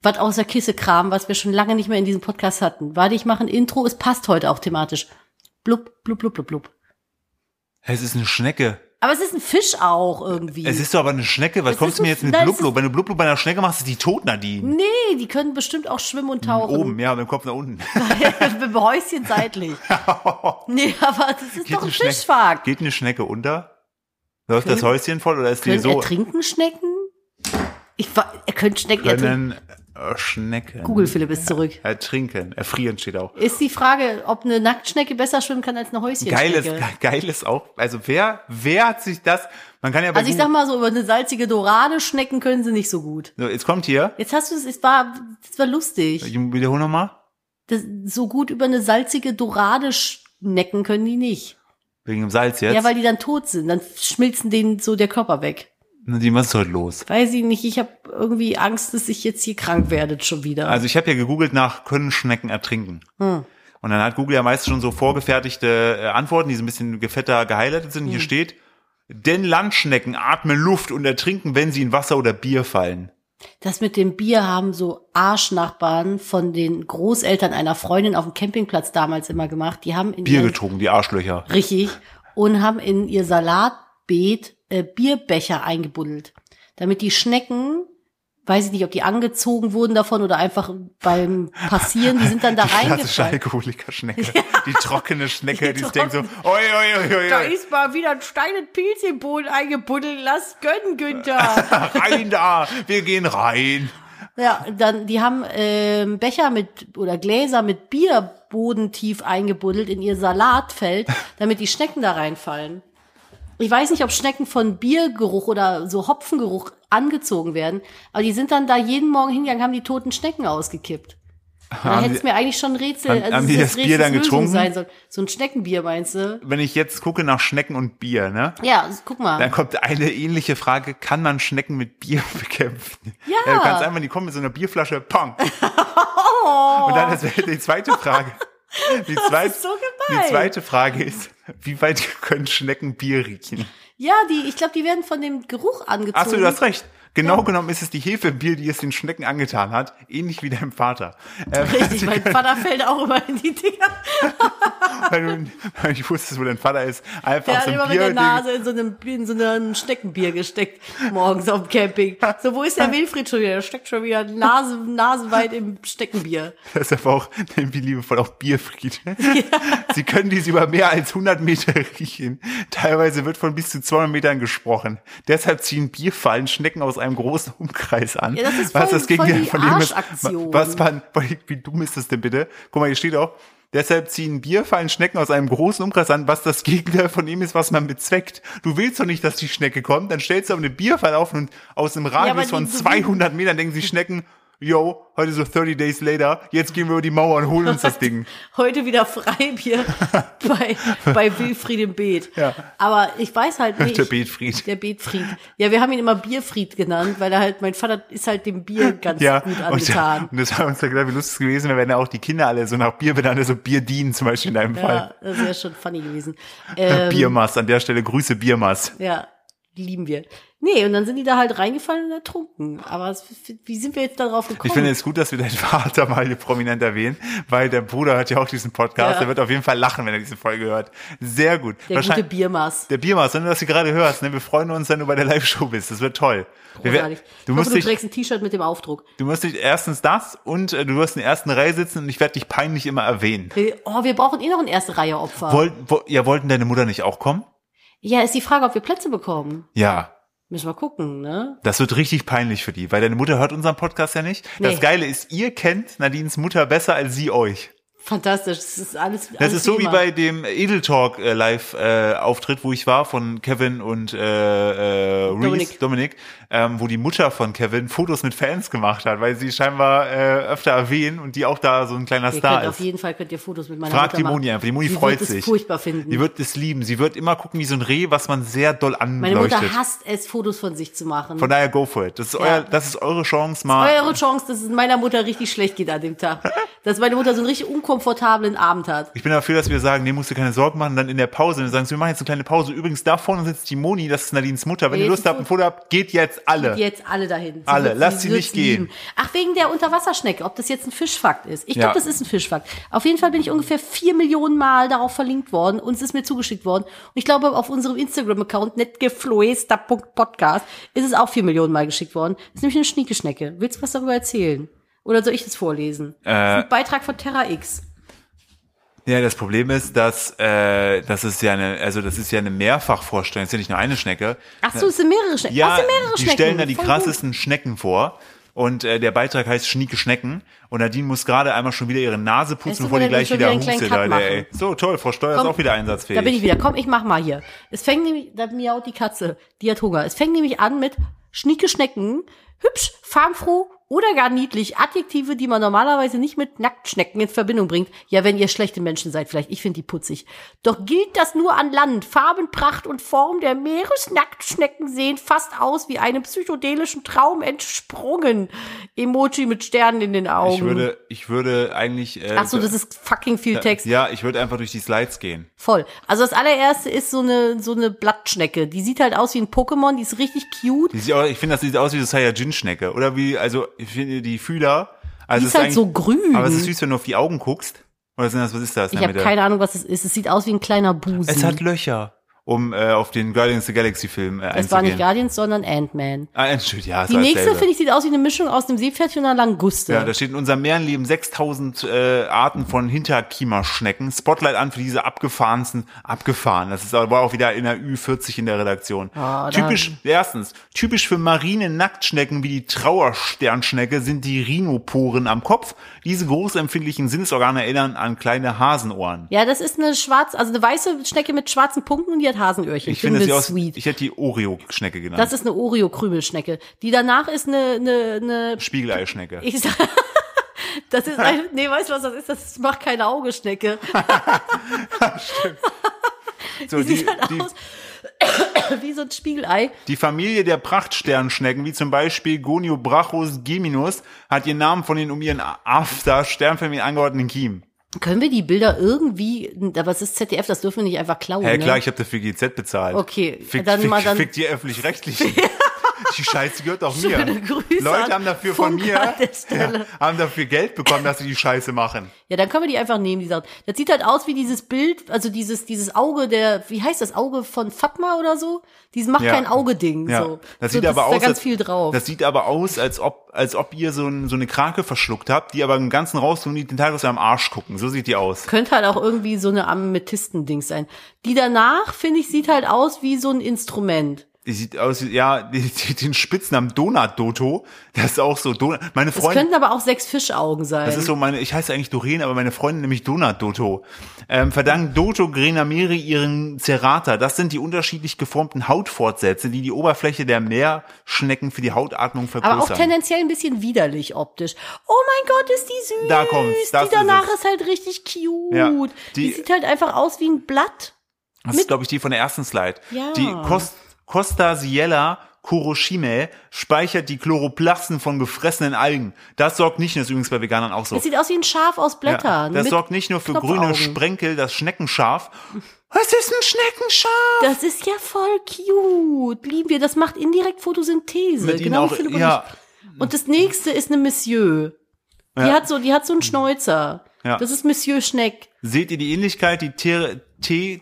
B: was aus der Kiste kramen, was wir schon lange nicht mehr in diesem Podcast hatten? Warte, ich mache ein Intro. Es passt heute auch thematisch. Blub, blub, blub, blub, blub.
A: Es ist eine Schnecke.
B: Aber es ist ein Fisch auch irgendwie.
A: Es ist doch aber eine Schnecke. Was
B: Es
A: kommst
B: ist
A: du mir
B: ein-
A: jetzt mit
B: nein, es
A: Blublu?
B: ist-
A: Wenn du Blublu bei einer Schnecke machst, ist die tot, Nadine.
B: nee, die können bestimmt auch schwimmen und tauchen.
A: Hm, Oben, ja, mit dem Kopf nach unten.
B: Mit dem Häuschen seitlich. Nee, aber das ist doch ein
A: Schneck-
B: Fischfark.
A: geht eine Schnecke unter? Läuft das Häuschen voll oder ist die
B: Können
A: so?
B: ertrinken Schnecken? Ich war, er könnte Schnecken ertrinken.
A: Können äh, Schnecken.
B: Google Philipp ist zurück.
A: Ertrinken. Erfrieren steht auch.
B: Ist die Frage, ob eine Nacktschnecke besser schwimmen kann als eine Häuschenschnecke.
A: Geiles, geiles auch. Also wer, wer hat sich das? Man kann ja bei
B: Also ich sag
A: Google-
B: mal so, über eine salzige Dorade schnecken können sie nicht so gut.
A: so, jetzt kommt hier.
B: Jetzt hast du es, es war, es war lustig.
A: Ich wiederhole nochmal.
B: Das, so gut über eine salzige Dorade schnecken können die nicht.
A: Wegen dem Salz jetzt.
B: Ja, weil die dann tot sind. Dann schmilzen denen so der Körper weg.
A: Nadine, was ist heute los?
B: Weiß ich nicht, ich habe irgendwie Angst, dass ich jetzt hier krank werde schon wieder.
A: Also ich habe ja gegoogelt nach, können Schnecken ertrinken?
B: Hm.
A: Und dann hat Google ja meist schon so vorgefertigte äh, Antworten, die so ein bisschen gefetter gehighlightet sind.
B: Hm.
A: Hier steht, denn Landschnecken atmen Luft und ertrinken, wenn sie in Wasser oder Bier fallen.
B: Das mit dem Bier haben so Arschnachbarn von den Großeltern einer Freundin auf dem Campingplatz damals immer gemacht. Die haben in
A: Bier
B: ihren-
A: getrunken, die Arschlöcher.
B: richtig und haben in ihr Salatbeet äh, Bierbecher eingebuddelt, damit die Schnecken, weiß ich nicht, ob die angezogen wurden davon oder einfach beim Passieren, die sind dann da
A: die klassische
B: reingefallen.
A: Alkoholiker-Schnecke. Die trockene Schnecke, die,
B: Die
A: sich denkt so, oi, oi, oi, oi, oi.
B: ist mal wieder ein steinen Pilz im Boden eingebuddelt. Lass gönnen, Günther.
A: rein da, wir gehen rein.
B: Ja, dann die haben ähm, Becher mit oder Gläser mit Bier bodentief eingebuddelt in ihr Salatfeld, damit die Schnecken da reinfallen. Ich weiß nicht, ob Schnecken von Biergeruch oder so Hopfengeruch angezogen werden, aber die sind dann da jeden Morgen hingegangen, haben die toten Schnecken ausgekippt. Da
A: Haben
B: hättest
A: die-
B: mir eigentlich schon ein Rätsel, also
A: haben- haben
B: es
A: die
B: ist
A: das Bier dann
B: Rätselslösung
A: getrunken?
B: Sein soll. So ein Schneckenbier meinst du?
A: Wenn ich jetzt gucke nach Schnecken und Bier, ne?
B: Ja, guck mal.
A: Dann kommt eine ähnliche Frage, kann man Schnecken mit Bier bekämpfen? Ja. Du kannst einfach, die kommen mit so einer Bierflasche, pong. Und dann ist die zweite Frage. Die zweite,
B: Oh. ist so gemein.
A: die zweite Frage ist, wie weit können Schnecken Bier riechen?
B: ja, die, ich glaube, die werden von dem Geruch angezogen.
A: Achso, du hast recht. Genau genommen ist es die Hefe im Bier, die es den Schnecken angetan hat, ähnlich wie deinem Vater. Ähm,
B: Richtig, mein Vater fällt auch immer in die Dinger.
A: weil, du, weil ich wusste, wo dein Vater ist. Einfach
B: Der
A: so
B: hat
A: ein
B: immer mit
A: Bier.
B: der Nase in so, einem, in so einem Schneckenbier gesteckt, morgens auf dem Camping. So, wo ist der Wilfried schon wieder? Der steckt schon wieder Nase, nasenweit im Schneckenbier.
A: Das ist aber auch, nennen wir liebevoll auch Bierfried. Sie können dies über mehr als 100 Meter riechen. Teilweise wird von bis zu 200 Metern gesprochen. Deshalb ziehen Bierfallen Schnecken aus einem großen Umkreis an.
B: Ja, das ist voll- voll die Arschaktion.
A: Was man, wie dumm ist das denn bitte? Guck mal, hier steht auch, deshalb ziehen Bierfallen Schnecken aus einem großen Umkreis an, was das Gegenteil von dem ist, was man bezweckt. Du willst doch nicht, dass die Schnecke kommt, dann stellst du aber eine Bierfall auf und aus einem
B: aber
A: Radius
B: die-
A: von
B: so wie-
A: 200 Metern denken sich Schnecken, yo, heute so 30 Days later, jetzt gehen wir über die Mauer und holen uns das Ding.
B: Heute wieder Freibier bei, bei Wilfried im Beet.
A: Ja.
B: Aber ich weiß halt nicht.
A: Der Beetfried.
B: Der Beetfried. Ja, wir haben ihn immer Bierfried genannt, weil er halt, mein Vater ist halt dem Bier ganz
A: Ja,
B: gut
A: und,
B: angetan.
A: und das haben uns dann gedacht, wie lustig es gewesen wäre, wenn ja auch die Kinder alle so nach Bier benannt, so Bier dienen zum Beispiel in deinem Fall.
B: Ja, das wäre schon funny gewesen. Ähm,
A: Biermaß, an der Stelle Grüße Biermaß.
B: Ja, lieben wir. Nee, und dann sind die da halt reingefallen und ertrunken. Aber es, wie sind wir jetzt darauf gekommen?
A: Ich finde es gut, dass wir deinen Vater mal hier prominent erwähnen, weil der Bruder hört ja auch diesen Podcast,
B: Ja.
A: der wird auf jeden Fall lachen, wenn er diese Folge hört. Sehr gut.
B: der gute
A: Wahrscheinlich-
B: Biermaß.
A: Der Biermaß, wenn du das hier gerade hörst, ne, wir freuen uns, wenn du bei der Live-Show bist. Das wird toll. Wir wer-
B: Großartig.
A: du,
B: ich hoffe,
A: musst
B: du
A: dich,
B: trägst ein T-Shirt mit dem Aufdruck.
A: du musst dich erstens das und äh, du wirst in der ersten Reihe sitzen und ich werde dich peinlich immer erwähnen.
B: Wir- Oh, wir brauchen eh noch ein erste Reihe Opfer.
A: Wollt, wo, ja, wollten deine Mutter nicht auch kommen?
B: ja, ist die Frage, ob wir Plätze bekommen.
A: Ja.
B: Müssen wir gucken, ne?
A: Das wird richtig peinlich für die, weil deine Mutter hört unseren Podcast ja nicht.
B: Nee.
A: Das Geile ist, ihr kennt Nadines Mutter besser als sie euch.
B: Fantastisch. Das ist alles.
A: Das ist so wie bei dem Edel Talk äh, Live äh, Auftritt, wo ich war von Kevin und äh, äh, Reese,
B: Dominik.
A: Dominik, ähm, wo die Mutter von Kevin Fotos mit Fans gemacht hat, weil sie scheinbar äh, öfter erwähnen und die auch da so ein kleiner
B: Ihr
A: Star
B: könnt auf
A: ist.
B: jeden Fall könnt ihr Fotos mit meiner
A: Frag
B: Mutter
A: die
B: machen.
A: Moni einfach. Die Moni
B: Sie
A: freut
B: wird
A: sich.
B: Es furchtbar finden.
A: Die wird es lieben. Sie wird immer gucken wie so ein Reh, was man sehr doll
B: Meine
A: anleuchtet.
B: Mutter hasst es, Fotos von sich zu machen.
A: von daher go for it. Das ist euer, das ist eure Chance mal.
B: Eure Chance, dass es meiner Mutter richtig schlecht geht an dem Tag. Dass meine Mutter so einen richtig unkomfortablen Abend hat.
A: Ich bin dafür, dass wir sagen, nee, musst du keine Sorgen machen, dann in der Pause, dann sagen sie, wir machen jetzt eine kleine Pause. Übrigens, da vorne sitzt die Moni, das ist Nadines Mutter. Wenn
B: Ja,
A: ihr
B: jetzt
A: Lust habt, ein Foto habt, geht jetzt alle.
B: Die Jetzt alle dahin. Sie
A: Äh, Alle,
B: wird-
A: lasst sie nicht
B: wird's
A: gehen.
B: Ach, wegen der Unterwasserschnecke, ob das jetzt ein Fischfakt ist. Ich
A: Ja.
B: glaube, das ist ein Fischfakt. Auf jeden Fall bin ich ungefähr vier Millionen Mal darauf verlinkt worden. Uns ist mir zugeschickt worden. Und ich glaube, auf unserem Instagram-Account netgefloester.podcast ist es auch vier Millionen Mal geschickt worden. Das ist nämlich eine Schniekeschnecke. Willst du was darüber erzählen? Oder soll ich das vorlesen?
A: Äh,
B: das ist ein Beitrag von Terra X.
A: Ja, das Problem ist, dass, äh, das ist ja eine, also das ist ja eine Mehrfachvorstellung, es ist ja nicht nur eine Schnecke.
B: Ach so, es sind mehrere Schnecken. Ach, es
A: äh, Ja,
B: sind mehrere
A: die
B: Schnecken.
A: stellen da die
B: Voll gut.
A: krassesten Schnecken vor. Und äh, der Beitrag heißt Schnieke Schnecken. Und Nadine muss gerade einmal schon wieder ihre Nase
B: Jetzt
A: putzen,
B: müssen
A: bevor
B: wir
A: die gleich
B: schon
A: wieder
B: wieder einen kleinen
A: hustet,
B: Cut
A: Alter,
B: machen.
A: ey. So, toll, Frau Steuer
B: Komm,
A: ist auch wieder einsatzfähig.
B: Da bin ich wieder. Komm, ich mach mal hier. Es fängt nämlich, da miaut die Katze, die hat Hunger. Es fängt nämlich an mit schnieke Schnecken, hübsch, farbenfroh oder gar niedlich. Adjektive, die man normalerweise nicht mit Nacktschnecken in Verbindung bringt. Ja, wenn ihr schlechte Menschen seid, vielleicht. Ich finde die putzig. Doch gilt das nur an Land. Farbenpracht und Form der Meeresnacktschnecken sehen fast aus wie einem psychedelischen Traum entsprungen. Emoji mit Sternen in den Augen.
A: ich würde, ich würde eigentlich, äh,
B: Ach so, das ist fucking viel Text.
A: ja, ich würde einfach durch die Slides gehen.
B: Voll. Also das allererste ist so eine so eine Blattschnecke. Die sieht halt aus wie ein Pokémon, die ist richtig cute.
A: Die sieht auch, ich finde, das sieht aus wie so Saiyajin-Schnecke. Oder wie, also, ich finde, die Fühler. Also
B: Die
A: es
B: ist halt
A: eigentlich-
B: so grün.
A: Aber es ist süß, wenn du auf die Augen guckst. Oder sind das, was ist das? in
B: ich
A: der
B: habe
A: Mitte?
B: keine Ahnung, was es ist. Es sieht aus wie ein kleiner Busen.
A: Es hat Löcher. Um äh, auf den Guardians of the Galaxy Film äh,
B: das war
A: einzugehen.
B: nicht Guardians, sondern Ant-Man.
A: ah, Entschuldigung, ja, es
B: Die
A: war
B: nächste,
A: dasselbe.
B: finde ich, sieht aus wie eine Mischung aus einem Seepferdchen und einer Languste.
A: Ja, da steht in unserem Meerenleben 6000 äh, Arten von Hinterkiemerschnecken. Spotlight an für diese abgefahrensten, abgefahren. Das ist aber auch wieder in der Ü40 in der Redaktion.
B: Ah, dann-
A: typisch, erstens, typisch für marine Nacktschnecken wie die Trauersternschnecke sind die Rhinoporen am Kopf. Diese großempfindlichen Sinnesorgane erinnern an kleine Hasenohren.
B: Ja, das ist eine schwarze, also eine weiße Schnecke mit schwarzen Punkten und die hat Hasenöhrchen.
A: Ich finde, sie aus,
B: sweet.
A: ich hätte die Oreo-Schnecke genannt.
B: das ist eine Oreo-Krümelschnecke. Die danach ist eine, eine, eine
A: Spiegeleischnecke.
B: ich sag, Das ist ein, nee, weißt du was das ist? Das macht keine Augenschnecke.
A: So,
B: Die
A: die,
B: sieht halt
A: die,
B: aus wie so ein Spiegelei.
A: die Familie der Prachtsternschnecken, wie zum Beispiel Goniobrachus geminus, hat ihren Namen von den um ihren after Sternfamilie angeordneten Kiemen.
B: Können wir die Bilder irgendwie, aber es ist ZDF, das dürfen wir nicht einfach klauen.
A: Hä,
B: ne?
A: klar, ich habe dafür GZ bezahlt.
B: Okay,
A: fick,
B: dann
A: fick,
B: mal dann-
A: fick die öffentlich-rechtlichen. Die Scheiße gehört auch mir.
B: Schöne Grüße
A: Leute
B: an
A: haben dafür von
B: Funke
A: mir
B: an der Stelle.
A: Ja, haben dafür Geld bekommen, dass sie die Scheiße machen.
B: Ja, dann können wir die einfach nehmen, die Sachen. Das sieht halt aus wie dieses Bild, also dieses, dieses Auge der, wie heißt das, Auge von Fatma oder so? Dieses macht
A: Ja.
B: kein Auge-Ding.
A: Ja.
B: So.
A: Das
B: so,
A: sieht aber
B: ist
A: aus,
B: da ganz
A: als-
B: viel drauf.
A: Das sieht aber aus, als ob, als ob ihr so, ein, so eine Krake verschluckt habt, die aber im Ganzen raus und die Tentakel aus eurem Arsch gucken. So sieht die aus.
B: könnte halt auch irgendwie so eine Amethysten-Ding sein. Die danach, finde ich, sieht halt aus wie so ein Instrument.
A: Die sieht aus, wie- ja, die, die, den Spitznamen Donut Doto. Das ist auch so Donut. Meine
B: Es
A: Freundin.
B: könnten aber auch sechs Fischaugen sein.
A: Das ist so meine, ich heiße eigentlich Doreen, aber meine Freundin nämlich Donut Doto. Ähm, verdankt Doto Grenamiri ihren Cerata. Das sind die unterschiedlich geformten Hautfortsätze, die die Oberfläche der Meerschnecken für die Hautatmung vergrößern.
B: aber auch tendenziell ein bisschen widerlich optisch. Oh mein Gott, ist die süß.
A: Da kommt's, das
B: die danach
A: ist es.
B: ist, halt richtig cute.
A: Ja,
B: die,
A: die-
B: sieht halt einfach aus wie ein Blatt.
A: Das ist, glaube ich, die von der ersten Slide.
B: Ja.
A: Die Kos- Costasiella Kuroshime speichert die Chloroplasten von gefressenen Algen. Das sorgt nicht, das ist übrigens bei Veganern auch so.
B: Es sieht aus wie ein Schaf aus
A: Oh. Ja,
B: Blättern.
A: das
B: mit
A: sorgt nicht nur für grüne
B: Knopfaugen.
A: Sprenkel, das Schneckenschaf. Was ist ein Schneckenschaf?
B: Das ist ja voll cute. Lieben wir, das macht indirekt Photosynthese.
A: Mit ihnen
B: genau wie
A: auch-
B: Philipp und
A: ja.
B: ich. Und das nächste ist eine Monsieur. Die
A: Ja.
B: hat so, die hat so einen Schnäuzer.
A: Ja.
B: Das ist Monsieur Schneck.
A: Seht ihr die Ähnlichkeit? Die Ter-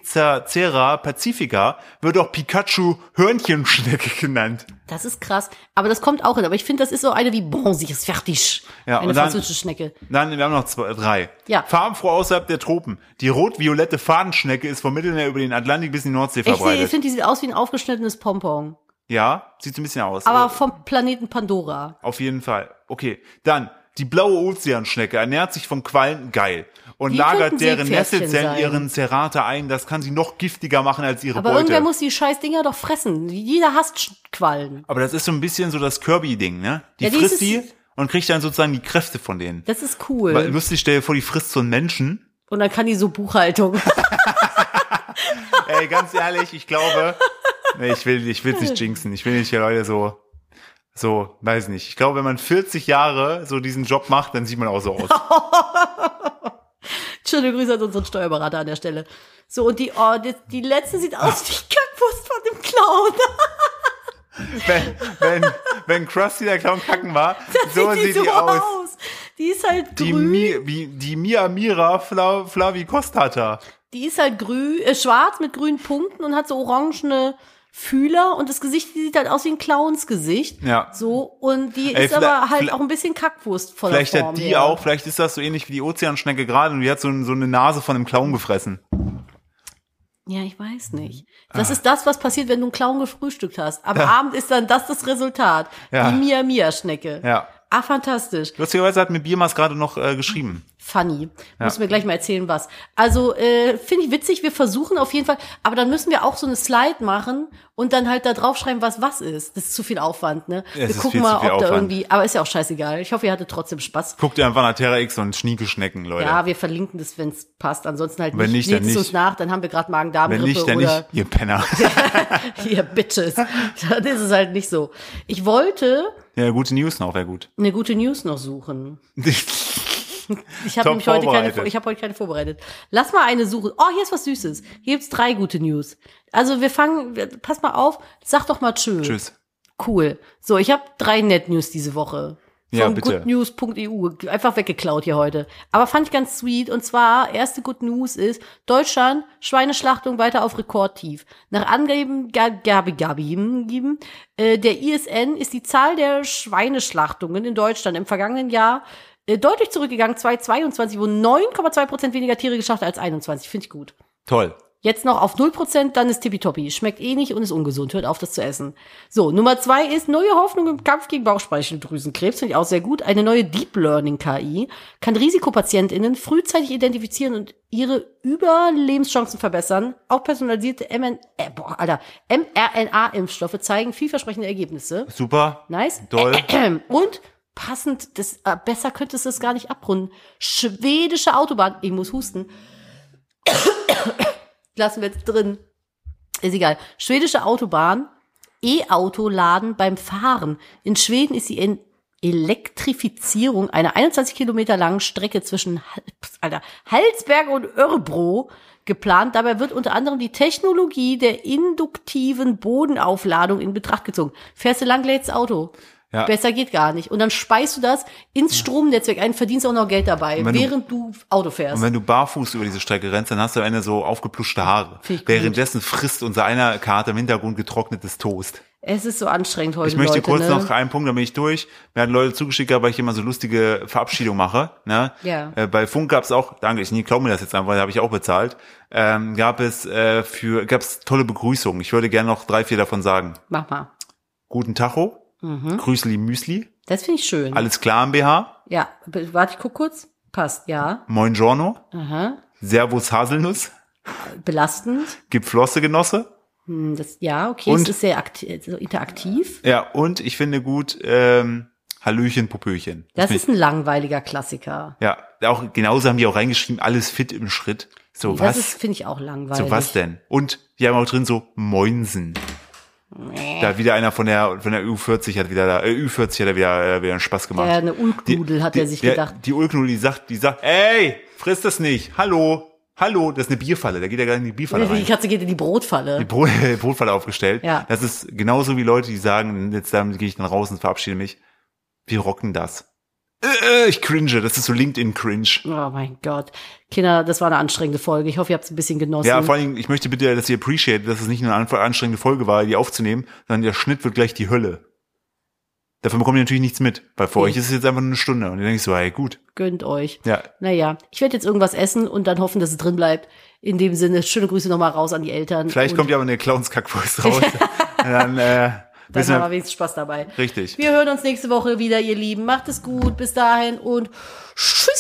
A: Tezacera pacifica wird auch Pikachu Hörnchenschnecke genannt.
B: Das ist krass. Aber das kommt auch hin. Aber ich finde, das ist so eine wie Bon, sie ist fertig.
A: Ja,
B: eine
A: und dann-
B: französische Schnecke.
A: Dann, wir haben noch zwei, drei.
B: Ja.
A: Farbenfroh außerhalb der Tropen. Die rot-violette Fadenschnecke ist vom Mittelmeer über den Atlantik bis in die Nordsee
B: Ich, seh- ich
A: verbreitet.
B: finde, die sieht aus wie ein aufgeschnittenes Pompon.
A: ja, sieht so ein bisschen aus.
B: Aber vom Planeten Pandora.
A: Auf jeden Fall. Okay, dann die blaue Ozeanschnecke ernährt sich von Quallen geil und
B: Die
A: lagert
B: könnten
A: deren
B: Seepferdchen
A: Nesselzellen
B: sein.
A: ihren Cerata ein. Das kann sie noch giftiger machen als ihre
B: Aber
A: Beute.
B: irgendwer muss die scheiß Dinger doch fressen. Jeder hasst Sch- Quallen.
A: Aber das ist so ein bisschen so das Kirby-Ding, ne? Die
B: Ja, die
A: frisst
B: ist-
A: die und kriegt dann sozusagen die Kräfte von denen.
B: Das ist cool.
A: Weil, lustig, stell dir vor, die frisst so einen Menschen.
B: Und dann kann die so Buchhaltung.
A: Ey, ganz ehrlich, ich glaube, nee, ich will, ich will's nicht jinxen. Ich will nicht hier Leute so, so, weiß nicht. Ich glaube, wenn man 40 Jahre so diesen Job macht, dann sieht man auch so aus.
B: Schöne Grüße an unseren Steuerberater an der Stelle. So, und die, oh, die, die letzte sieht aus wie Kackwurst von dem Clown.
A: wenn, wenn, wenn Krusty der Clown kacken war, so sieht, die
B: so
A: aus.
B: Die ist halt
A: Die,
B: grün.
A: Mi, wie, die Mia Mira Fla, Flavi Costata.
B: Die ist halt grün, äh, schwarz mit grünen Punkten und hat so orangene Fühler und das Gesicht die sieht halt aus wie ein Clownsgesicht.
A: Ja.
B: So, und die
A: Ey, vielleicht-
B: ist aber halt
A: vielleicht-
B: auch ein bisschen Kackwurst von
A: Vielleicht
B: der Form
A: hat die
B: her.
A: auch, vielleicht ist das so ähnlich wie die Ozeanschnecke gerade und die hat so, ein- so eine Nase von einem Clown gefressen.
B: Ja, ich
A: Mhm.
B: weiß nicht.
A: Ah.
B: Das ist das, was passiert, wenn du einen Clown gefrühstückt hast. Am Abend ist dann das das Resultat.
A: Ja.
B: Die Mia-Mia-Schnecke.
A: Ja.
B: Ah, fantastisch.
A: Lustigerweise hat mir Biermas gerade noch äh, geschrieben.
B: Funny. Muss mir gleich mal erzählen, was. Also, äh, finde ich witzig. Wir versuchen auf jeden Fall, aber dann müssen wir auch so eine Slide machen und dann halt da draufschreiben, was was ist. Das ist zu viel Aufwand, ne?
A: Ja, es
B: wir
A: ist
B: gucken
A: viel
B: mal,
A: zu viel
B: ob da
A: Aufwand.
B: irgendwie, aber ist ja auch scheißegal. Ich hoffe, ihr hattet trotzdem Spaß.
A: Guckt ihr einfach nach Terra X und Schniekeschnecken, Leute.
B: Ja, wir verlinken das, wenn es passt. Ansonsten halt
A: Wenn nicht, dann
B: lest es
A: nicht.
B: uns nach, dann haben wir gerade
A: Wenn
B: Magen-Darm-Grippe
A: nicht, dann
B: oder
A: nicht, ihr Penner.
B: ihr Bitches. Dann ist es halt nicht so. Ich wollte
A: ja, gute News noch, wäre gut.
B: eine gute News noch suchen. Ich habe
A: Top
B: nämlich heute
A: vorbereitet.
B: keine, ich habe heute keine vorbereitet. Lass mal eine suchen. Oh, hier ist was Süßes. Hier gibt's drei gute News. Also wir fangen, wir- pass mal auf, sag doch mal tschö.
A: Tschüss.
B: Cool. So, ich habe drei Net News diese Woche.
A: Ja,
B: Von
A: bitte.
B: goodnews.eu. E Einfach weggeklaut hier heute. Aber fand ich ganz sweet. Und zwar, erste Good News ist, Deutschland, Schweineschlachtung weiter auf Rekordtief. Nach Angaben Gabi Gabi, Gabi geben, äh, der ISN ist die Zahl der Schweineschlachtungen in Deutschland im vergangenen Jahr äh, deutlich zurückgegangen. 2022 wurden 9,2 Prozent weniger Tiere geschlachtet als 21. Finde ich gut.
A: Toll.
B: Jetzt noch auf 0%, dann ist tippitoppi. Schmeckt eh nicht und ist ungesund. Hört auf, das zu essen. So, Nummer zwei ist neue Hoffnung im Kampf gegen Bauchspeicheldrüsenkrebs. Finde ich auch sehr gut. Eine neue Deep Learning KI kann RisikopatientInnen frühzeitig identifizieren und ihre Überlebenschancen verbessern. Auch personalisierte MN äh, boah, Alter, mRNA-Impfstoffe zeigen vielversprechende Ergebnisse.
A: Super.
B: Nice.
A: Toll.
B: Und passend, das, äh, besser könntest du es gar nicht abrunden. Schwedische Autobahn, ich muss husten. Lassen wir jetzt drin. Ist egal. Schwedische Autobahn, E-Auto laden beim Fahren. In Schweden ist die en- Elektrifizierung einer 21 Kilometer langen Strecke zwischen Hal- Alter, Halsberg und Örebro geplant. Dabei wird unter anderem die Technologie der induktiven Bodenaufladung in Betracht gezogen. Fährst du lang, lädst Auto.
A: Ja.
B: Besser geht gar nicht. Und dann speist du das ins Stromnetzwerk ein, verdienst auch noch Geld dabei,
A: Und wenn du-
B: während du Auto fährst.
A: Und wenn du barfuß über diese Strecke rennst, dann hast du am Ende so aufgepluschte Haare.
B: Finde ich gut.
A: Währenddessen frisst unser einer Kater im Hintergrund getrocknetes Toast.
B: es ist so anstrengend heute.
A: Ich möchte
B: Leute,
A: kurz
B: ne?
A: noch einen Punkt, da bin ich durch. Mir hatten Leute zugeschickt, gehabt, weil ich immer so lustige Verabschiedung mache. Ne?
B: Ja.
A: Äh, bei Funk gab es auch, danke, ich nie glaube mir das jetzt einfach, da habe ich auch bezahlt. Ähm, gab es äh, für, gab es tolle Begrüßungen. Ich würde gerne noch drei, vier davon sagen.
B: Mach mal.
A: Guten Tacho,
B: Mhm.
A: Grüßli Müsli,
B: Das finde ich schön.
A: alles klar im BH,
B: Ja, b- warte, ich guck kurz. Passt, ja.
A: Moin Giorno,
B: Aha.
A: Servus Haselnuss,
B: Belastend.
A: Gib Flosse Genosse.
B: Hm, Das, ja, okay,
A: Und-
B: es ist sehr akti- so interaktiv.
A: Ja, und ich finde gut, ähm, Hallöchen, Popöchen.
B: Das
A: Find
B: ist ein langweiliger Klassiker.
A: ich, ja, auch genauso haben die auch reingeschrieben, alles fit im Schritt. So
B: Das ist,
A: was?
B: finde ich auch langweilig.
A: So was denn? Und die haben auch drin so Moinsen. Da wieder einer von der von der U40 hat wieder da, äh, U40 hat er wieder, äh, wieder einen Spaß gemacht.
B: Der eine Ulknudel hat er sich gedacht.
A: Die Ulknudel, die sagt, die sagt, ey, friss das nicht. Hallo, hallo, das ist eine Bierfalle. Da geht er gar nicht in die Bierfalle
B: Die
A: rein.
B: Katze geht in die
A: Die
B: Brotfalle.
A: Brot, Brotfalle aufgestellt.
B: Ne? Ja.
A: Das ist genauso wie Leute, die sagen, jetzt damit gehe ich dann raus und verabschiede mich. Wir rocken das. Äh, äh, ich cringe, das ist so LinkedIn-Cringe.
B: Oh mein Gott. Kinder, das war eine anstrengende Folge. Ich hoffe, ihr habt es ein bisschen genossen.
A: Ja, vor allen Dingen, ich möchte bitte, dass ihr appreciate, dass es nicht nur eine anf- anstrengende Folge war, die aufzunehmen, sondern der Schnitt wird gleich die Hölle. Davon bekommt ihr natürlich nichts mit, weil für
B: Nee.
A: euch ist es jetzt einfach nur eine Stunde. Und ihr denkt so, hey, gut.
B: Gönnt euch.
A: Ja,
B: Naja, ich werde jetzt irgendwas essen und dann hoffen, dass es drin bleibt. In dem Sinne, schöne Grüße nochmal raus an die Eltern.
A: vielleicht
B: und
A: kommt ja aber eine Clowns-Kack-Voice raus. dann, äh,
B: dann
A: wissen
B: haben wir
A: wir,
B: wenigstens Spaß dabei.
A: richtig.
B: Wir hören uns nächste Woche wieder, ihr Lieben. Macht es gut. Bis dahin und tschüssi.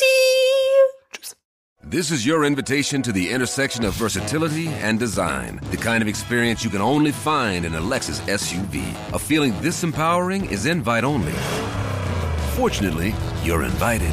E: This is your invitation to the intersection of versatility and design. The kind of experience you can only find in a Lexus SUV. A feeling this empowering is invite only. Fortunately, you're invited.